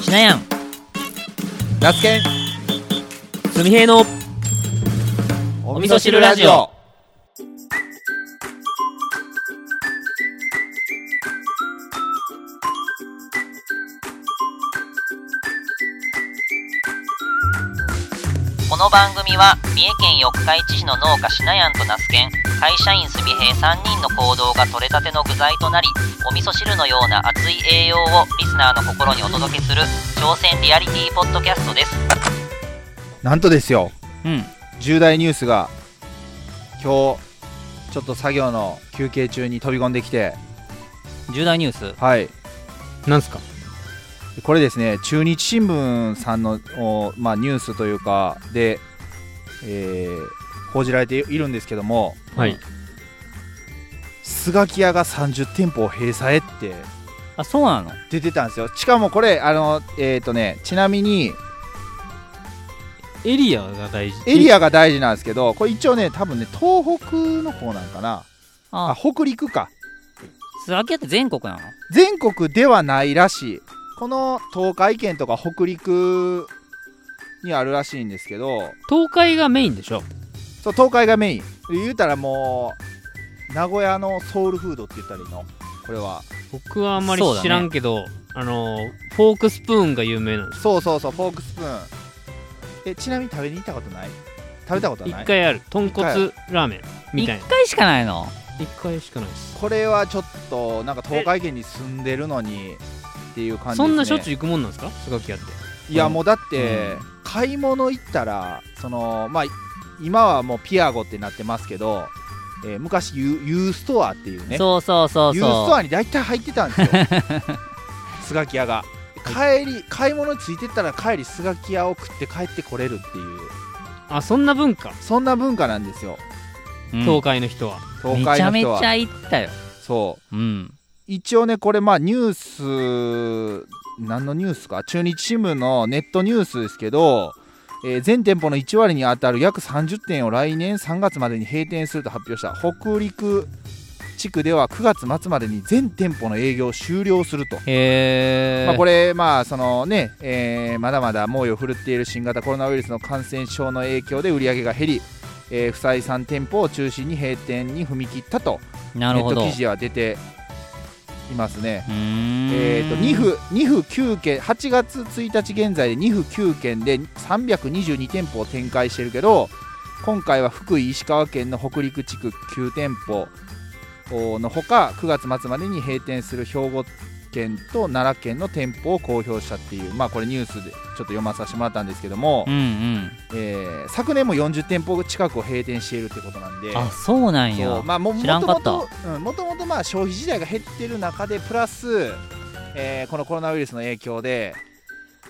しなやんラスケンすみへいのお味噌汁ラジオこの番組は三重県四日市市の農家しなやんと那須県会社員すみへい3人の行動が取れたての具材となりお味噌汁のような熱い栄養をリスナーの心にお届けする挑戦リアリティポッドキャストですなんとですようん重大ニュースが今日ちょっと作業の休憩中に飛び込んできて重大ニュースはいなんすかこれですね中日新聞さんの、おまあ、ニュースというかで、えー報じられているんですけどもはい。スガキ屋が30店舗を閉鎖へってあそうなの出てたんですよしかもこれあのえっ、とねちなみにエリアが大事。エリアアが大事なんですけどこれ一応ね多分ね東北の方なんかなああ北陸か素揚げって全国なの全国ではないらしいこの東海圏とか北陸にあるらしいんですけど東海がメインでしょそう東海がメイン言うたらもう名古屋のソウルフードって言ったらいいのこれは僕はあんまりそうだね知らんけど、あのー、フォークスプーンが有名なんですそうそうそうフォークスプーンえちなみに食べに行ったことない食べたことは一ない回ある豚骨ラーメンみ一たいな回しかないの一回しかないですこれはちょっとなんか東海圏に住んでるのにっていう感じです、そね、んなしょっちゅう行くもんなんですかスガキ屋っていやもうだって、買い物行ったらそのまあ今はもうピアゴってなってますけど、えー昔ユユーストアっていうねそうそうそうユーストそうアに大体入ってたん ですよスガキ屋が帰り買い物についてったら帰りスガキ屋を食って帰ってこれるっていうあそんな文化そんな文化なんですようん東海の人はめち東海ゃのめち人はゃ行ったよそううん一応ねこれまあニュース何のニュースか中日新聞のネットニュースですけど、えー全店舗の1割に当たる約30店を来年3月までに閉店すると発表した北陸地区では9月末までに全店舗の営業を終了すると、へえ、まあ、これまあそのね、えーまだまだ猛威を振るっている新型コロナウイルスの感染症の影響で売り上げが減り、えー不採算店舗を中心に閉店に踏み切ったとなるネッほどト記事は出ていますねうーんえー、と2府2府9県8月1日現在で2府9県で322店舗を展開してるけど今回は福井石川県の北陸地区9店舗のほか9月末までに閉店する兵庫県と奈良県の店舗を公表したっていうまあこれニュースでちょっと読まさせてもらったんですけどもう、んうんえー昨年も40店舗近くを閉店しているってことなんで。あそうなんそやうまあも知らんかったもともとうんもともとまあ消費自体が減ってる中でプラス、えーこのコロナウイルスの影響で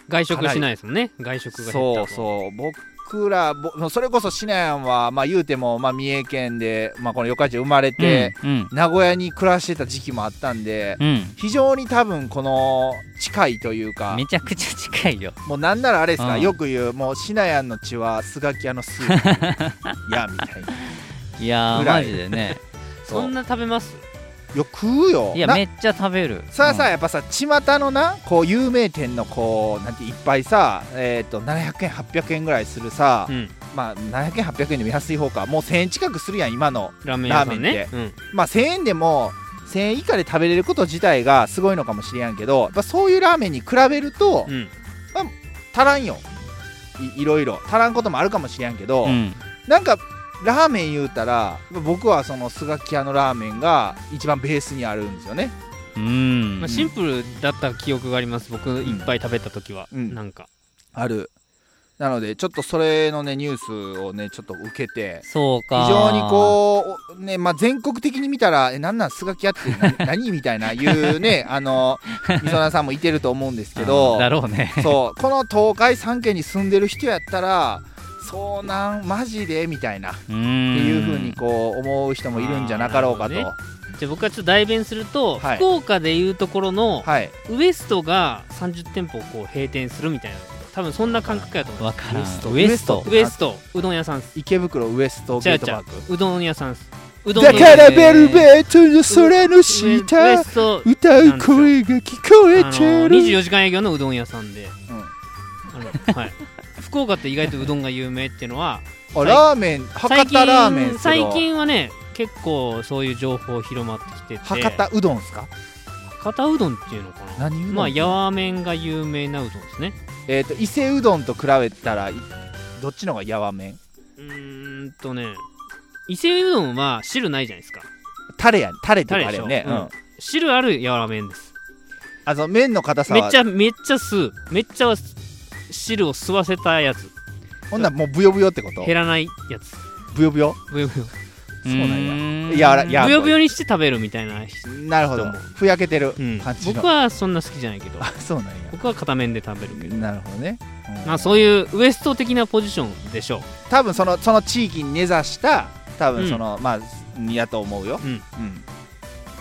外食しないですもんね外食が減そっうたそう僕らぼもうそれこそシナヤンは、まあ、言うても、まあ、三重県で、まあ、この四日市で生まれて、うん名古屋に暮らしてた時期もあったんで、うん、うん非常に多分この近いというかめちゃくちゃ近いよもうなんならあれですか、うんよく言うもうシナヤンの血はスガキ屋のス ープいやみたいないやーぐらマいジでねそんな食べますよ食うよいやなめっちゃ食べるさあさあうんやっぱさ巷のなこう有名店のこうなんていっぱいさえっ、と700円800円ぐらいするさ、うんまあ700円800円でも安い方かもう1000円近くするやん今のラーメン屋さんねうんまあ1000円でも1000円以下で食べれること自体がすごいのかもしれんけどやっぱそういうラーメンに比べるとうん足らんよいいろいろ足らんこともあるかもしれんけど、うんなんかラーメン言うたらやっぱ僕はそのスガキ屋のラーメンが一番ベースにあるんですよねうんまあシンプルだった記憶があります僕んいっぱい食べた時はうんなんかあるなのでちょっとそれのねニュースをねちょっと受けてそう非か常にこう、おねまあ、全国的に見たら「えなんなんスガキ屋ってな 何?」みたいないうねあのみそなさんもいてると思うんですけ うどんだろうねそうこの東海3県に住んでる人やったらそうなんマジでみたいなっってていいうふうにこう思う人もいるんじゃなかろうかと、あーなるじゃあ僕はちょっと代弁するとはい福岡でいうところのはいウエストが30店舗こう閉店するみたいな多分そんな感覚やと思いまわからんウエストウエストすウエストうどん屋さんっす池袋ウエストちゲゃうートちゃパークううどん屋さんっすうどんだのからベルベットの空のウエウエ下スト歌う声が聞こえあのてる24時間営業のうどん屋さんで、あのはい、福岡って意外とうどんが有名っていうのはあラーメン博最多近ラーメンっすけ最ど近はね結構そういう情報広まってきてて博多うどんっすか博多うどんっていうのかな何うどんまあやわ麺が有名なうどんですねえっと伊勢うどんと比べたらいどっちの方がやわ麺うーんとね伊勢うどんは汁ないじゃないですかタレやタレっていうかあれタレでしょよねううんん汁あるやわ麺ですあその麺の硬さめっはちゃめっちゃ吸うめっちゃ汁を吸わせたやつほんならもうブヨブヨってこと減らないやつブヨブヨぶよぶよそうなんやんやわらやぶよぶよにして食べるみたいな、なるほどどうもふやけてる うん感、じの僕はそんな好きじゃないけどあそうなん僕は片面で食べるけどやなるほどねうんまあそういうウエスト的なポジションでしょ多分そのその地域に根ざした多う分んその、まあやと思うようん、うん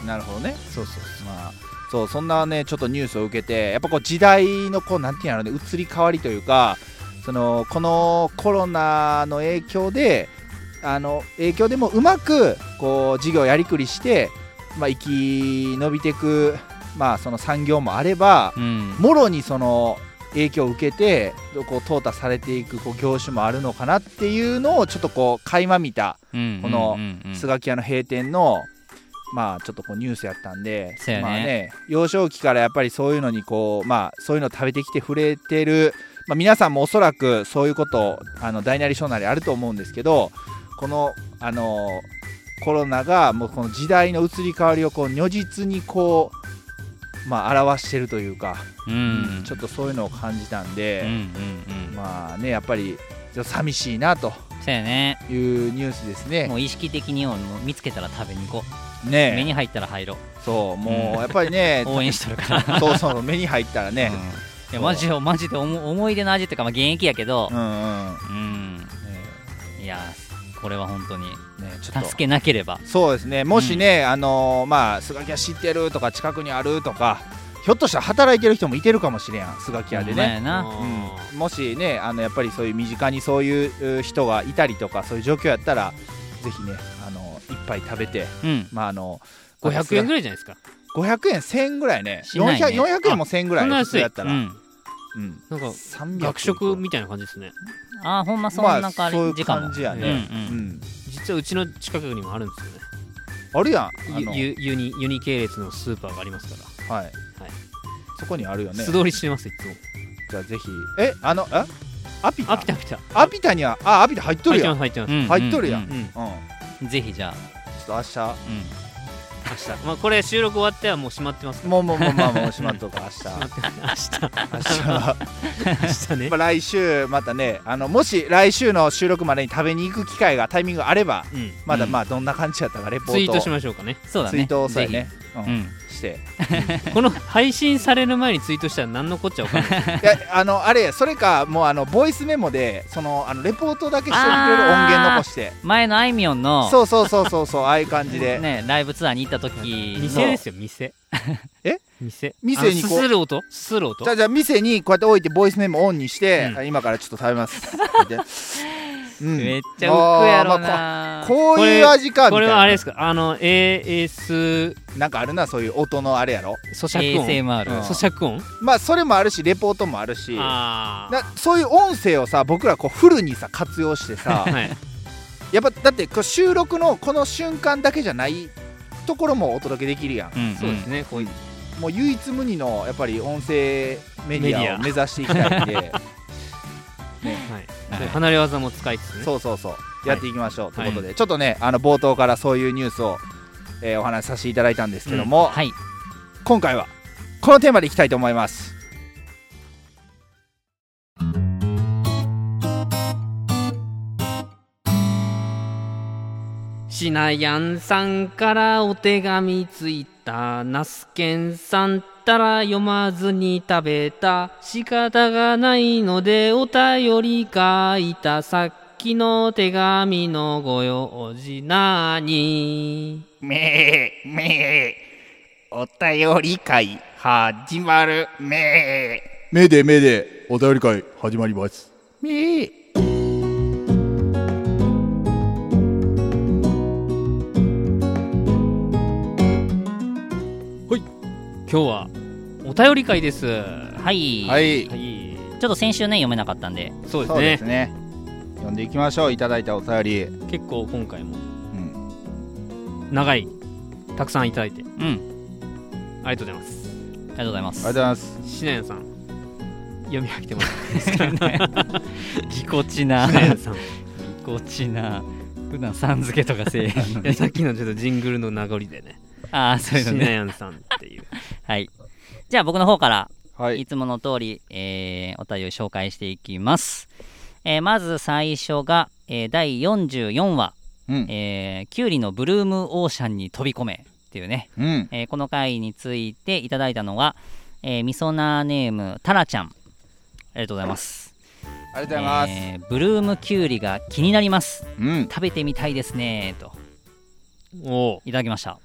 なるほどねそうそうまあそうそんなねちょっとニュースを受けてやっぱこう時代のこうなんていうのね移り変わりというかそのこのコロナの影響であの影響でもうまくこう事業をやりくりして、まあ、生き延びていく、まあ、その産業もあればうんもろにその影響を受けてこう淘汰されていくこう業種もあるのかなっていうのをちょっとこう垣間見たうんこのうんうんうんスガキ屋の閉店の、まあちょっとこうニュースやったんで、そうやねまあね幼少期からやっぱりそういうのにこうまあそういうのを食べてきて触れてる、まあ、皆さんもおそらくそういうことあの大なり小なりあると思うんですけどこのあのコロナがもうこの時代の移り変わりをこう如実にこうまあ表してるというか、うんちょっとそういうのを感じたんうんうで、んうんまあねやっぱりちょっと寂しいなとそうやねいうニュースですねも。う意識的にもう見つけたら食べに行こう目ねに入ったら入ろうそうもうやっぱりね 応援してるから そうそう目に入ったらねうん、いやマジでマジで思思い出の味っていうか、まあ、現役やけどう、んうんねうん、いやこれは本当にねちょっ助とけなければそうですねもしね、あのーまあスガキ屋知ってるとか近くにあるとかひょっとしたら働いてる人もいてるかもしれんスガキ屋でほんまねやうなうんもしねあのやっぱりそういう身近にそういうう人がいたりとかそういう状況やったらぜひねあの一杯食べてうんまああの500円ぐらいらいじゃないですか500円1000円ぐらいねしないね400 400円も1000円ぐらいあそんな普安い通やったうら、んうんなんか300学食みたいな感じですねあーほんまそんまなあ感そういうじかも感じやうね、うんん実はうちの近くにもあるんですよねあるやんあのゆゆユニユニ系列のスーパーがありますから、はい、そこにあるよね素通りしてますいつもじゃあぜひえあのえアピタあ来た来たアピタにはあアピタ入っと入るってやまんす入ってます、うんうん入っとるやんううんうんうんぜひじゃあちょっとう明日まあこれ収録終わってはもう閉まってます明日もうもうもうまあもうしまっとこう明日閉まってます明日明日は明日ねまあ来週またねあのもし来週の収録までに食べに行く機会がタイミングあればうんまだうんまあどんな感じやったかレポートツイートしまましょうかねんそうだねツイートをそうやぜねうひうんんしてこの配信される前にツイートしたら何のこっちゃわか んないいやあのあれそれかもうあのボイスメモでそのあのレポートだけしてくれる音源残して前のあいみょんのそうそうそうそうそうああいう感じでねライブツアーに行った時店ですよ店え店店にあこうのすする音すする音じゃあじゃあ店にこうやって置いてボイスメモオンにして、うんあ今からちょっと食べます でうんめっちゃ浮くやろあーまあなここういう味かみたこいれはあれなですかあの AS なんかあるなそういう音のあれやろ咀嚼音 ASMR 咀嚼音まあそれもあるしレポートもあるしなあそういう音声をさ僕らこうフルにさ活用して さあはいやっぱだってこう収録のこの瞬間だけじゃないところもお届けできるやうんそうですねこういうもう唯一無二のやっぱり音声メデメディィアアを目指していきたい んではいはいで離れ技も使いつつねそうそうそう、やっていきましょうとはいいうことで、ちょっとねあの冒頭からそういうニュースを、えーお話しさせていただいたんですけども、はい今回はこのテーマでいきたいと思いますしなやんさんからお手紙ついたナスケンさんったら読まずに食べた仕方がないのでお便り書いたさっきの手紙のご用事なにめえ、めえ、お便り会始まる、めえ。めでめでお便り会始まります。今日はお便り会ですはい、はいはいちょっと先週ね読めなかったんでそうですそうねですね読んでいきましょういただいたお便り、結構今回もうん、長いたくさんいただいてうんありがとうございますありがとうございまありすがとうございますしなやんさん読み上げてもらって ぎこちなしなやんさんいぎこちな普段さん付けとかせえへんのやにさっきのちょっとジングルの名残でねああそういうのしなねやんさんっていうはいじゃあ僕の方からはいいつもの通り、えーお便り紹介していきます、えーまず最初が、えー第44話うんえーキュウリのブルームオーシャンに飛び込め」っていうね、うんえーこの回についていただいたのが、えー、みそなーネームタラちゃんありがとうございますありがとうございます、えーブルームキュウリが気になりますうん食べてみたいですねとおういただきました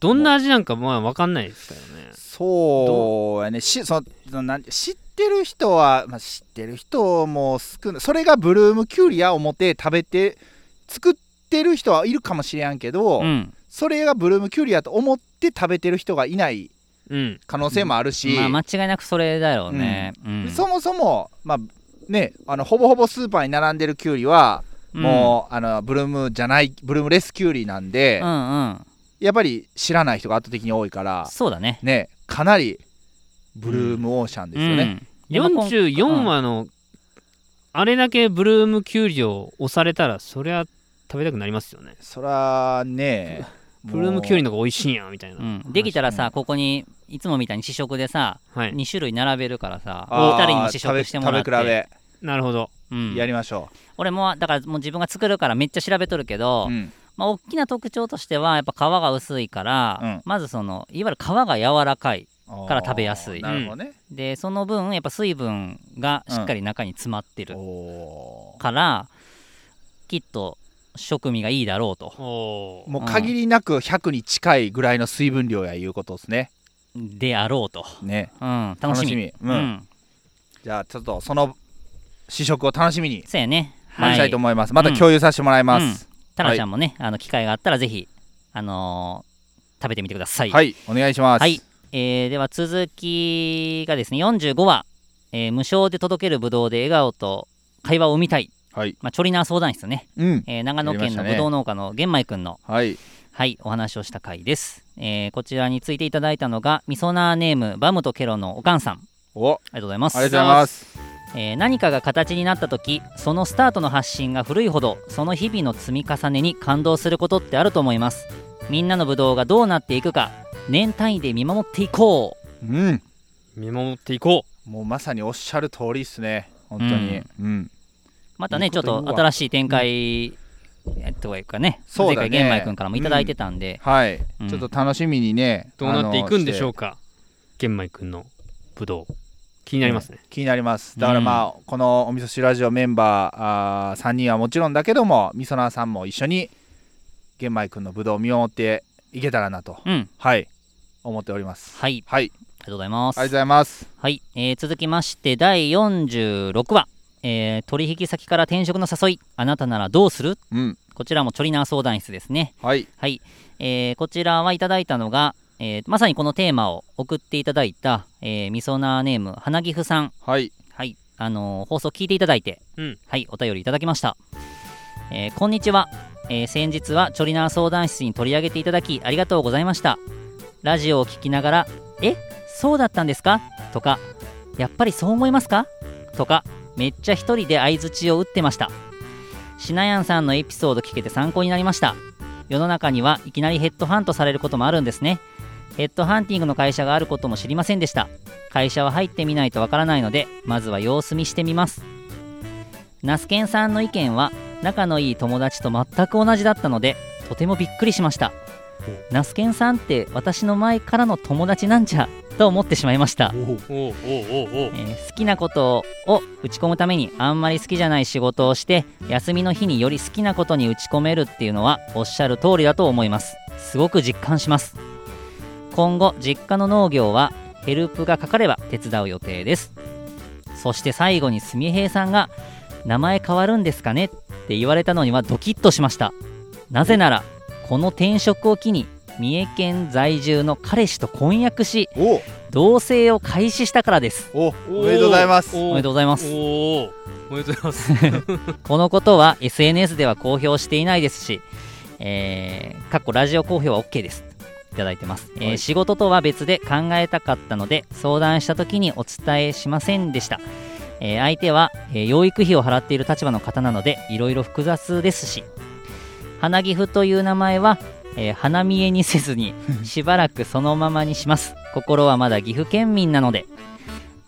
どんな味なんかまあ分かんないですからねそうやねしそのなん知ってる人は、まあ、知ってる人も少ないそれがブルームキュウリや思って食べて作ってる人はいるかもしれんけど、うんそれがブルームキュウリやと思って食べてる人がいないうん可能性もあるし、まあ間違いなくそれだろうね、うんそもそも、まあね、あのほぼほぼスーパーに並んでるキュウリは、うんもうあのブルームじゃないブルームレスキュウリなんで、うんうんやっぱり知らない人が圧倒的に多いから、そうだねね、かなりブルームオーシャンですよね。うんでまあ今44話のあれだけブルームキュウリを押されたらそりゃ食べたくなりますよねそら ねブルームキュウリのの方が美味しいんやみたいな、うんできたらさここにいつもみたいに試食でさ、はい2種類並べるからさお二人にも試食してもらって食べ比べ、なるほどうんやりましょ俺もだからもう自分が作るからめっちゃ調べとるけど、う、うんまあ、大きな特徴としてはやっぱ皮が薄いから、うんまずそのいわゆる皮が柔らかいから食べやすいなるほどね、でその分やっぱ水分がしっかり中に詰まってるおから、きっと食味がいいだろうとおーーもう限りなく100に近いぐらいの水分量やいうことですねであろうと、ねうん、楽しみ楽しみうんじゃあちょっとその試食を楽しみにそうやね待ちたいと思います、まうんた共有させてもらいます、タラちゃんもね、あの機会があったらぜひ、あのー食べてみてください。、はいいお願いしますはいえーでは続きがですね45話、えー無償で届けるぶどうで笑顔と会話を生みたい、はいまあ、チョリナー相談室ね、うんえー長野やりま県しのたねぶどう農家の玄米くんの、はいはい、お話をした回です、えーこちらについていただいたのがみそなーネームバムとケロのおかんさんあおりがとうございますありがとうございますえー何かが形になった時そのスタートの発信が古いほどその日々の積み重ねに感動することってあると思いますみんなのぶどうがどうなっていくか年単位で見守っていこううん見守っていこもうまさにおっしゃる通りですね本当にうん、またねいいちょっこと言うわと新しい展開えーというかねそうだ前回ね玄米君からもいただいてたんで、はい、うんちょっと楽しみにねうどうなっていくんでしょううか玄米くんのぶどう気になりますね、気になりますだからまあ、このお味噌汁ラジオメンバーあ3人はもちろんだけどもみそなーさんも一緒に玄米くんのぶどうを見守っていけたらなとうんはい思っておりますはいはいありありがとうございますがとうございますはい、えー続きまして第46話、えー取引先から転職の誘いあなたならどうするうんこちらもチョリナー相談室ですねはいはい、えーこちらはいただいたのが、えーまさにこのテーマを送っていただいた、えー、みそなーネーム花岐阜さん、はいはいあのー放送聞いていただいて、うんはい、お便りいただきました、えーこんにちは、えー先日はチョリナー相談室に取り上げていただきありがとうございましたラジオを聞きながら「えそうだったんですか?」とか「やっぱりそう思いますか?」とかめっちゃ一人で相づちを打ってましたしなやんさんのエピソード聞けて参考になりました世の中にはいきなりヘッドハントされることもあるんですねヘッドハンティングの会社があることも知りませんでした会社は入ってみないとわからないのでまずは様子見してみますナスケンさんの意見は仲のいい友達と全く同じだったのでとてもびっくりしましたナスケンさんって私の前からの友達なんじゃと思ってしまいましたおうおうおうおうえー好きなことを打ち込むためにあんまり好きじゃない仕事をして休みの日により好きなことに打ち込めるっていうのはおっしゃる通りだと思いますすごく実感します今後実家の農業はヘルプがかかれば手伝う予定ですそして最後にすみへいさんが「名前変わるんですかね?」って言われたのにはドキッとしましたなぜならこの転職を機に三重県在住の彼氏と婚約しお同棲を開始したからですおおめでとうございますおめでとうございますおーおめでとうございますこのことは SNS では公表していないですし、えー、かっこラジオ公表は OK です。いただいてます、えーはい仕事とは別で考えたかったので、相談した時にお伝えしませんでした。えー相手は、えー養育費を払っている立場の方なので、いろいろ複雑ですし、花ギフという名前は、えー花見えにせずに、しばらくそのままにします。心はまだ岐阜県民なので、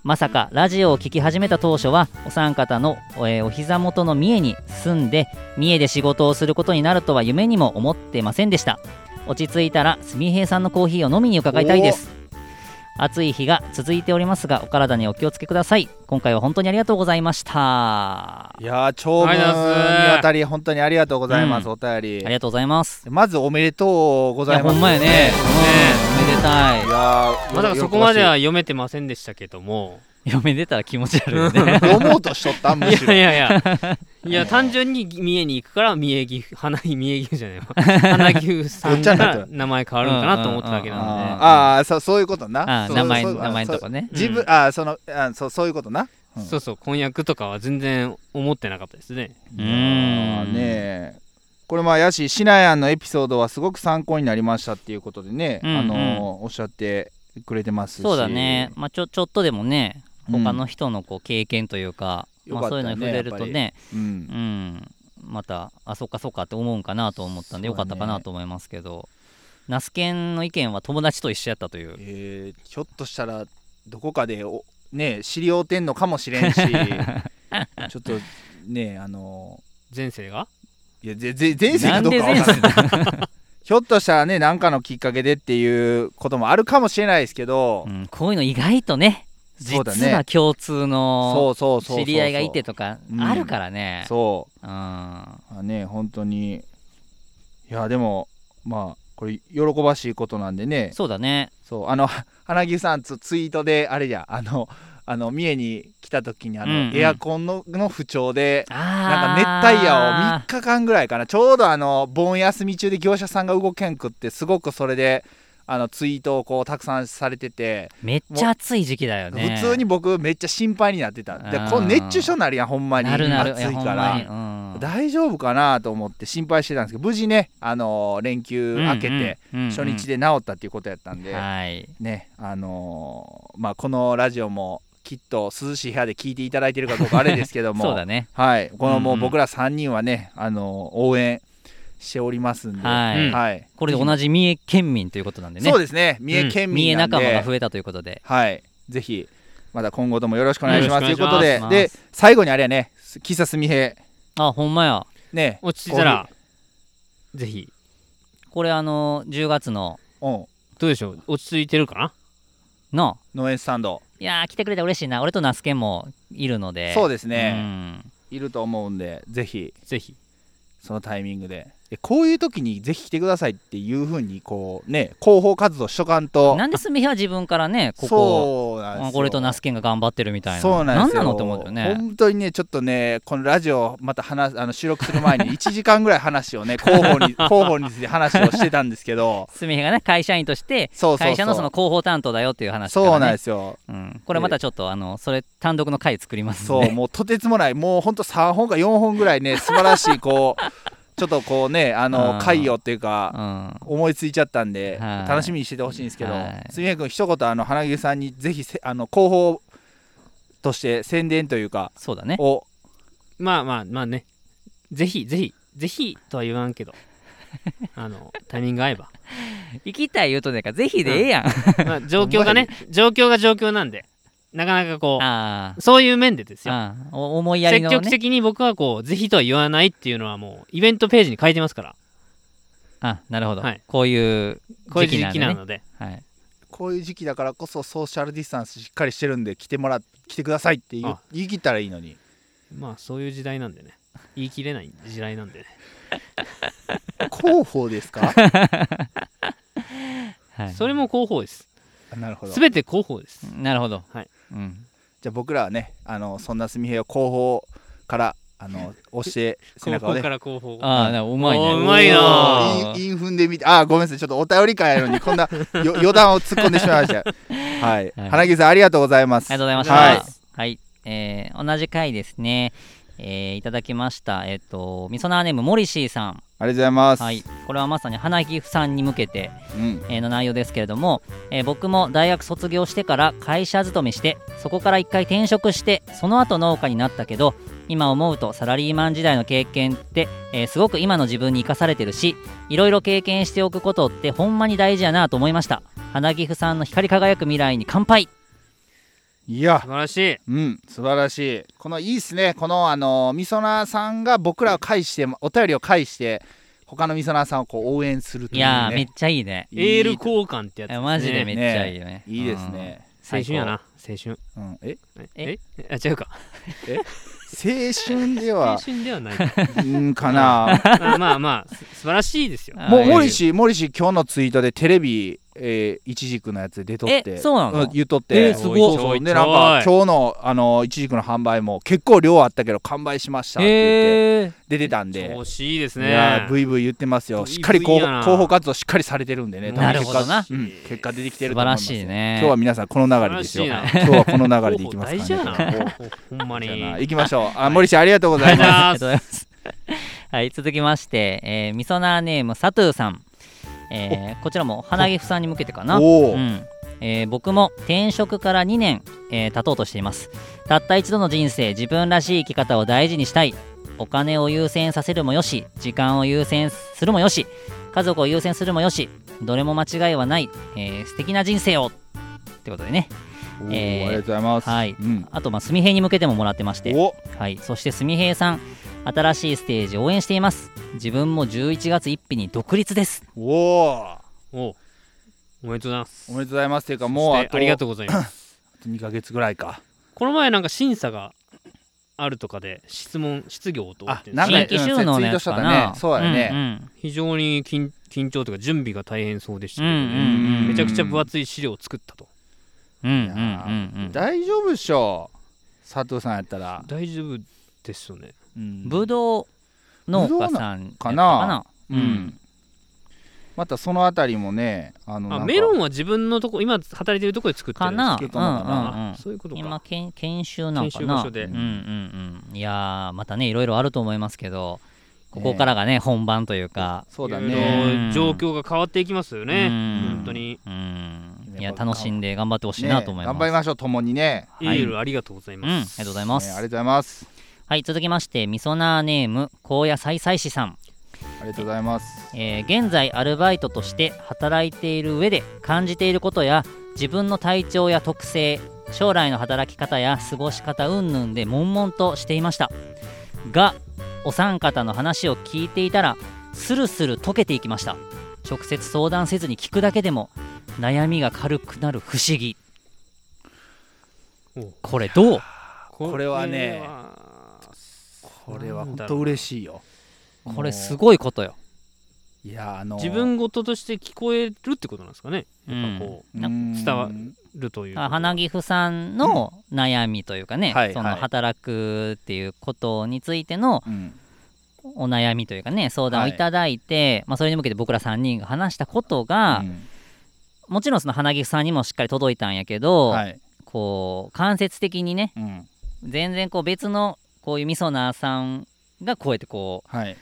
まさかラジオを聞き始めた当初はお三方の、えーお膝元の三重に住んで三重で仕事をすることになるとは夢にも思ってませんでした落ち着いたらすみへいさんのコーヒーを飲みに伺いたいです暑い日が続いておりますがお体にお気をつけください今回は本当にありがとうございましたあいやー長文ありにがとうございますわたり本当にありがとうございます、うんお便りりがとうございますまずおめでとうごいざやいまほすんまやねねうんおめでたいいやーまさかよそこまではよ読めてませんでしたけども読め 出たら気持ち悪いよねろしい読もうとしとったんむしいろやいやいやいや単純に三重に行くから三重岐阜花井三重岐阜じゃないわ花岐阜さんが名前変わるんかなと思っただけなんで、あーあーそうそういうことなあーそう名前そうそう名前のとこねそう自分、うんあーそのあーそうそういうことなうんそうそう婚約とかは全然思ってなかったですねうーあーんねえこれまあやしシナヤンのエピソードはすごく参考になりましたっていうことでね、うんうんあのーおっしゃってくれてますしそうだね、まあ、ちょちょっとでもねうん他の人のこう経験というか、よまかあ、ったそういよねうのに触れるとねうんうんまたあそっかそっかって思うんかなと思ったんで、よそうかだっねたかなと思いますけどナスケンの意見は友達と一緒やったというえーひょっとしたらどこかでおねえ知り合うてんのかもしれ んしちょっとねえあの前世がーいやぜぜ前世なかんどうでかわ前から世んだ ひょっとしたらね何かのきっかけでっていうこともあるかもしれないですけどう、んこういうの意外とねそうだね実は共通そのうそうそうそう知り合いがいてとかうんあるからねそううんあまあね本当にいやでもまあこれ喜ばしいことなんでねそうだねそうあの 花木さんツツイートであれじゃあのあの三重に来た時にあの、うんうんエアコンのの不調でなあんーか熱帯夜を3日間ぐらいかなちょうどあの盆休み中で業者さんが動けんくってすごくそれであのツイートをこうたくさんされてて、めっちゃ暑い時期だよね普通に僕めっちゃ心配になってたでうんこの熱中症になるやんほんまになるなる暑いやいほんまかにら。うん大丈夫かなと思って心配してたんですけど無事ね、あのー連休明けてうんうんうんうん初日で治ったっていうことやったんで、はいねあのーまあ、このラジオもきっと涼しい部屋で聞いていただいてるかどうかあれですけど もそうだねはい、このもううんうん僕ら3人はね、あのー応援しておりますんで、はいうんはいこれで同ぜじ三重県民ということなんでひねそうですね三重県三重民なんで、仲間が増えたということではい、ぜひまた今後ともよろしくお願いしますといよろうしくおこ願いしまとすでまあで最後にあれやね喫茶すみへあほんまやね落ち着いたらぜひこれあの10月のうんどうでしょう落ち着いてるかなの農園スタンドいやー来てくれて嬉しいな俺と那須研もいるのでそううですね、んいると思うんでぜひぜひそのタイミングでえこういう時にぜひ来てくださいっていうふうにこうね広報活動しとかんとなんでスミヘは自分からねここそうなんですよ俺と那須研が頑張ってるみたいなそうなんですよなのって思うよね本当にねちょっとねこのラジオまた話あの収録する 前に1時間ぐらい話をね広報に広報について話をしてたんですけどスミヘがね会社員としてそうそうそう会社のその広報担当だよっていう話から、ね、そうなんですようんこれまたちょっとあのそれ単独の回作りますんそうでもうとてつもないもうほんと3本か4本ぐらいね素晴らしいこうちょっとこうねあうのん回をっていうかうん思いついちゃったんで、はい楽しみにしててほしいんですけど、はいすみへ君一言あの花毛さんにぜひせあの広報として宣伝というかそうだねをまあまあまあねぜひぜひぜひとは言わん けどあのタイミング合えば、行きたい言うとねんかぜひでええやんまあ、状況が ね状況が状況なんでなかなかこあうそういう面でですーよあーお思いやり積の極ね的に僕はこうぜひとは言わないっていうのはもうイベントページに書いてますからあなるほどはいこういうこういう時期時なんでね期なのではいこういう時期だからこそソーシャルディスタンスしっかりしてるんで来てもら来てくださいって言うあ言い切ったらいいのにまあそういう時代なんでね言い切れない時代なんでね広報です かはいそれも広報ですあなるほどじ全て広報ですなるほど。はい。うん。ゃあ僕らはねあのそんなすみへを広報からあの押して背中後を方ねから後方ああ、なうまいね。おーうまいなあーインイン踏んでみてあーごめんなさいちょっとお便り会やのにこん なよ余談を突っ込んでしまいましたはい、はい花木さんありがとうございますありがとうございました。ははいい、えー同じ回ですね。えーいただきました。えっ、と、みそなーネーム、モリシーさん。ありがとうございます、はい。これはまさに花木さんに向けて、うん、えーの内容ですけれども、えー僕も大学卒業してから会社勤めして、そこから一回転職して、その後農家になったけど、今思うとサラリーマン時代の経験って、えーすごく今の自分に生かされてるし、いろいろ経験しておくことってほんまに大事やなと思いました。花木さんの光り輝く未来に乾杯いや素晴らしいうん、素晴らしい。このいいですね。このあのみそなさんが僕らを介してお便りを介して他のみそなさんをこう応援するといいうね。やー、めっちゃいいね。エールい交換ってやつえマジでめっちゃいいよね。いいですね。青春やな青春うん、え、えあ違うか青春で青は、春で はないうんか な。あまあまあす素晴らしいですようん。もうあー森氏、森氏今日のツイートでテレビ。えー、いちじくのやつで出とってえそうなのん言っとって、えーすごいそうそうちょいちょいでなんか今日のあのいちじくの販売も結構量あったけど完売しましたって言ってへー。出てたんで惜しいですいやねーブイブイ言ってますよブイブイしっかり広やな報広報活動しっかりされてるんでねなるほどな多分結果うん結果出てきてると素晴思いまらすしいね。今日は皆さんこの流れですよ素晴今らし日はこの流れでいきます大事かやらなねほんまにじゃああな り行きましょうあ森氏ありがとうござがという ごますざありいまがとうございます。 はい、す続きまして、えー、みそなーネーム、サトゥーさん。えーこちらも、花木さんに向けてかな。おおうんえー僕も転職から2年、えー経とうとしていますたった一度の人生自分らしい生き方を大事にしたいお金を優先させるもよし時間を優先するもよし家族を優先するもよしどれも間違いはない、えー素敵な人生をってことでねおーえーありがとうございますはいうんあとまあ純平に向けてももらってましておはい、そしてすみへいさん、新しいステージ応援しています。自分も11月1日に独立です。おーおうおめでとうございますおめでとうございますというかもうそあしてありがととうございます2ヶ月ぐらいかこの前なんか審査があるとかで質問質業とあってなんか新規収納のやつかな。うんツイートしとったねそうだねん非常に緊緊張というか準備が大変そうでしたけどうんねうんうんめちゃくちゃ分厚い資料を作ったとうん。うんうんうんうん。大丈夫っしょ佐藤さんやったら大丈夫ですよねうんぶどう農家さんやったかかなな。ううんんまたそのあたりもねあのあメロンンは自分のとこ今働いてるとこで作ってるかんな。でう作んったのかなうんうすんそういうことか今研研修なんか研修場な。所でうんうんうん。いやーまたねいろいろあると思いますけど、ここからがね本番というか。そうだいろねいろ状況が変わっていきますようね、ん本当に。うん。いややっぱり楽しんで頑張ってほしいねなと思います。頑張りましょう共にねエはいールありがとうございうん。あります、がとうございまねすあり。がとうございますはい、続きまして、みそなーネーム、高野菜菜師さん、ありがとうございます。えー現在アルバイトとして働いている上で感じていることや、自分の体調や特性、将来の働き方や過ごし方云々で悶々としていました。が、お三方の話を聞いていたら、スルスル溶けていきました。直接相談せずに聞くだけでも、悩みが軽くなる不思議。おこれどうこれはねこれはな本んだろう当嬉しいよ。これすもごいことよ。ういやあの自分事として聞こえるってことなんですかね、うんやっぱこな伝伝わうるということ花木夫さんの悩みというかね、はいそはのい働くっていうことについてのうんお悩みというかね相談をはいいただいて、まあ、それに向けて僕ら3人が話したことが、もちろんその花木夫さんにもしっかり届いたんやけうど、んはい。こう間接的にねうん全然こう別のこういうみそなさんがこうやってこはい。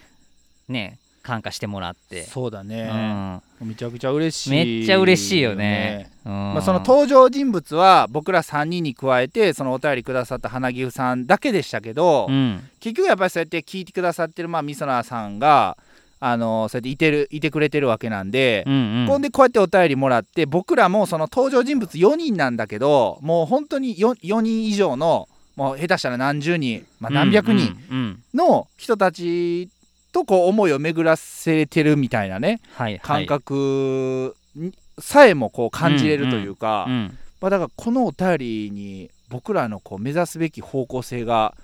うね感化してもらって、そうだうね。んめちゃくちゃ嬉しい。めっちゃ嬉しいよね。。うんまあその登場人物は僕ら3人に加えてそのお便りくださった花木さんだけでしたけど、うん結局やっぱりそうやって聞いてくださってるまあみそなさんがあのそうやっていてるいてくれてるわけなんで、うんうほんんでこうやってお便りもらって僕らもその登場人物4人なんだけどもう本当に 4, 4人以上のもう下手したら何十人、まあ、何百人うんうんうんの人たちとこう思いを巡らせてるみたいなねはいはい感覚にさえもこう感じれるというか、うんまあ、だからこのお便りに僕らのこう目指すべき方向性が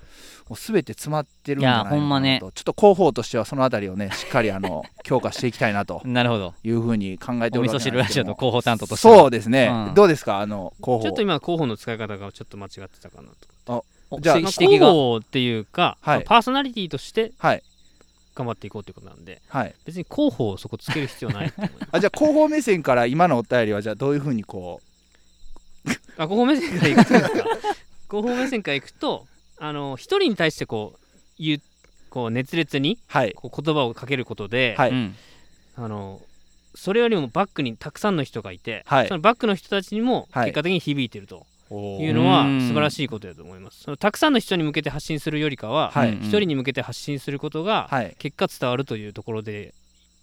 もう全て詰まってるんじゃないいやほんまかなねと、ちょっと広報としてはそのあたりをねしっかり あの強化していきたいなとなるほどいうふうに考えておおり味ます噌汁ラジオの広報担当としてはそうですね、うんどうですかあの候補ちょっと今候補の使い方がちょっと間違ってたかなとあじゃあ指まあ摘広が報っていうか、はいまあパーソナリティとしてはい頑張っていこうということなんではい別に広報をそこつける必要ないと思い ますあじゃあ広報目線から今のお便りはじゃあどういうふうにこあ広報目線からいくとですか 広報目線からいくとあの一人に対してこう言うこう熱烈にうはいこう言葉をかけることで、はいうんあのそれよりもバックにたくさんの人がいて、はいそのバックの人たちにもはい結果的に響いてるとおいーうのはうん素晴らしいことだと思います。そのたくさんの人に向けて発信するよりかは、はい一人に向けて発信することがはい結果伝わるというところで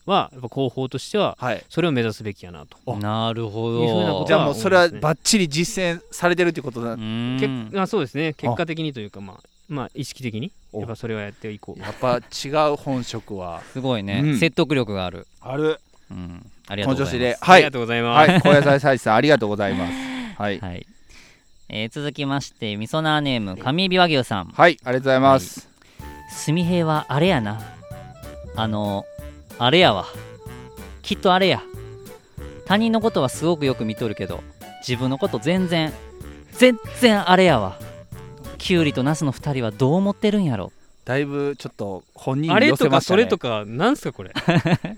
はやっぱ広報としてははいそれを目指すべきやなと。なるほどいうふうなことじゃあもうそれはそうですねバッチリ実践されてるってことだ、うんけあそうですね結果的にというかまあまあ意識的におやっぱそれはやってい こう。やっぱ違う本職はすごいね、うん説得力がある、あるうん、ありがことうのござ調子いまですはありいがとうございます。はい小野菜菜さんありがとうござい ますはいはい、えー続きましてみそなーネーム上指和牛さんはいありがとうございます、すみへいはあれやなあのあれやわきっとあれや他人のことはすごくよく見とるけど自分のこと全然全然あれやわきゅうりとナスの2人はどう思ってるんやろだいぶちょっと本人あにれ寄せとまかしたそねれとかなんすかこれ。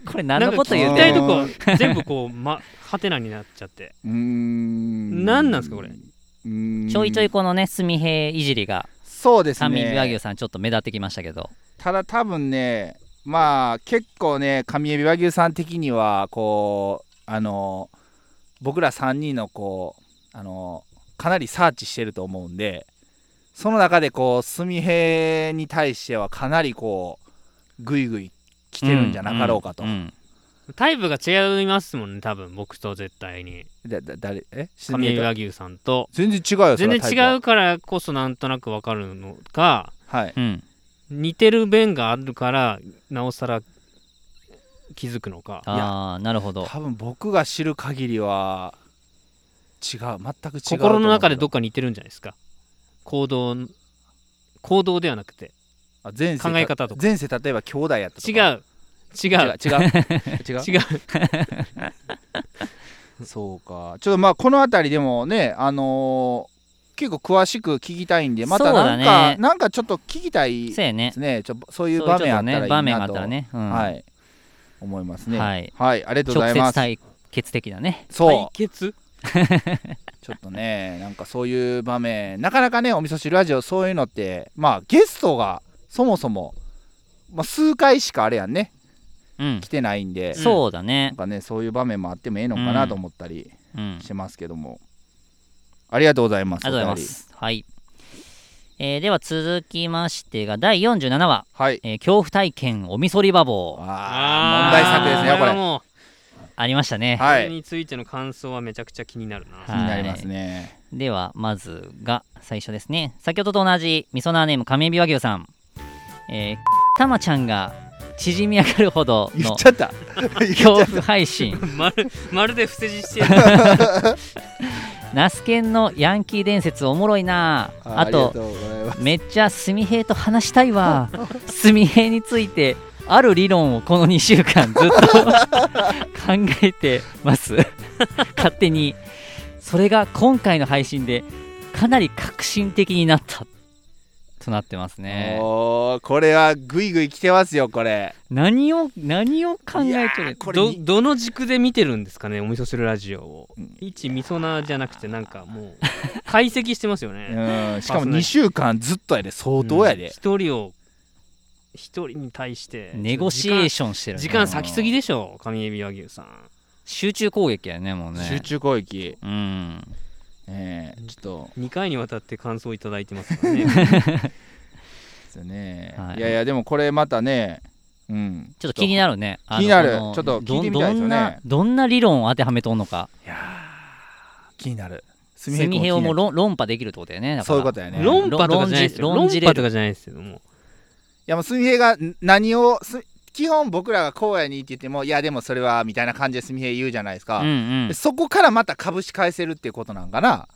これ何のこと言なうんてかん聞きたいのとこ全部こうま ハテナになっちゃって。うーんなんなんすかこれちょいちょいいこのねすみへいいじりがそうです三味和牛ねさんちょっと目立ってきましたけどただ多分ねまあ結構ね上エビ和牛さん的にはこうあの僕ら3人のこうあのかなりサーチしてると思うんでその中でこう純平に対してはかなりこうグイグイ来てるんじゃなかろうかと、んんタイプが違いますもんね多分僕と絶対にだだ誰え純上平と和牛さんと全然違うよ全そのタイプ然違はうからこそなんとなくわかるのかはいうん似てる面があるからなおさら気づくのかああなるほど多分僕が知る限りは違う全く違う心の中でどっこか似てるんじゃないですか行動行動ではなくて前世考え方とか前世例えば兄弟やったとか違う 違違うう違う違う 違うそうかちょっとまあこの辺りでもねあのー結構詳しく聞きたいんでまたそうなだんねか、なんかちょっと聞きたいでそうやねすねちょそうそいうう場面あったらねいいなと場面があったらね、うんはい思いますねはい、ありがとうござ直いま接す対決的だねそう対決ちょっとねなんかそういう場面なかなかねお味噌汁ラジオそういうのってまあゲストがそもそも、まあ、数回しかあれやんねうん来てないんで、そうだなねんかねそういう場面もあってもええのかなと思ったりうんしてますけども、ありがとうございますありがとうございます。はい。えーでは続きましてが第47話、お便りはいえー恐怖体験おみそりバボーあー問題作ですねここれはれもうありましたね。はそれいについての感想はめちゃくちゃ気になるな気になりますねではまずが最初ですね。先ほどと同じみそなーネーム亀指和牛さん。えー、たまちゃんが縮み上がるほど言のっちゃ った恐怖配信、まるまるで伏せ字してるナスケンのヤンキー伝説おもろいなぁあと、うございますめっちゃすみへいと話したいわすみへいについてある理論をこの2週間ずっと 考えてます勝手にそれが今回の配信でかなり革新的になったとなってますねおーこれはグイグイ来てますよこれ何を何を考えてるこれ どにどの軸で見てるんですかねお味噌汁ラジオを、一味噌なじゃなくてなんかもう解析してますよね、うんしかも2週間ずっとやで相当やうんで、一人を一人に対してネゴシエーシションしてる、ね、時間時間先すぎでしょ上エビ和牛さん集中攻撃やねもうね集中攻撃うんええちょっと2回にわたって感想をいただいてます からねですよね、、はいいやいやでもこれまたねうんちょっと気になるねあの気になるこのちょっと聞いてみたいですどよねんなどんな理論を当てはめとんのか気になるすセミヘをもう論論破できるってことだよね。だからそういうことやね論破とかじゃないですよ論じ論論破じれるとかじゃないですけどもいやもうすみへいがん何をす基本僕らが荒野に行って言ってもいやでもそれはみたいな感じですみへい言うじゃないですか、うんうんで、そこからまた株式返せるっていうことなんかな、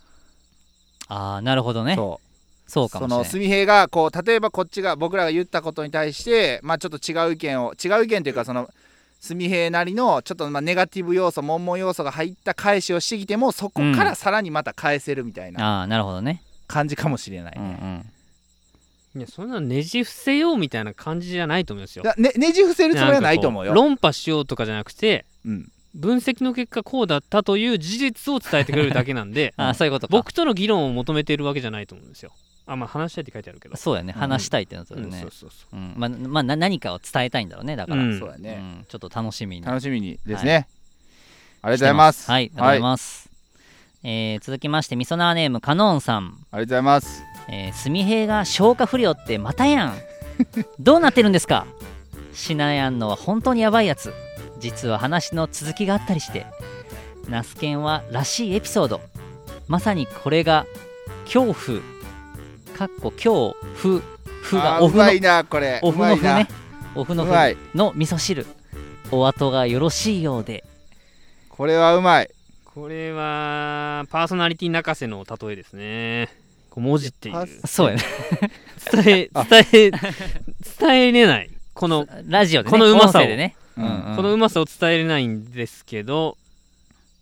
ああ、なるほどね。そうそうかそものしれすみへいがこう例えばこっちが僕らが言ったことに対してまあちょっと違う意見を違う意見というかそのすみへいなりのちょっとまあネガティブ要素悶々要素が入った返しをしてきてもそこからさらにまた返せるみたいない。なああー、なるほどね。感じかもしれない、うんうん。いやそんなねじ伏せようみたいな感じじゃないと思いますよだねねじ伏せるつもりはないと思うよなんかこ論破しようとかじゃなくてうん分析の結果こうだったという事実を伝えてくれるだけなん であそういうことか僕との議論を求めているわけじゃないと思うんですよあまあ話したいって書いてあるけどそうやね話したいってなったうよんねそうそうそううんまあまあな何かを伝えたいんだろうねだから、ううんんそうだね、ちょっと楽しみに楽しみにですね、ありがとうございますはい、ありがとうございます。えー続きまして、みそなーネーム、カノンさん。ありがとうございますえー、すみへいが消化不良ってまたやん。どうなってるんですかしなやんのは本当にやばいやつ。実は話の続きがあったりして。ナスケンはらしいエピソード。まさにこれが、恐怖、かっこ恐怖、ふあがーオうフのまいなこれオフのうまいフなね。オフのうまいフの味噌汁。お後がよろしいようで。これはうまいこれはパーソナリティ泣かせの例えですねこう文字っていうパ伝スそうやね。え伝え伝えれないこのラジオで、ね、このうま音さを声でね、うんこのうまさを伝えれないんですけど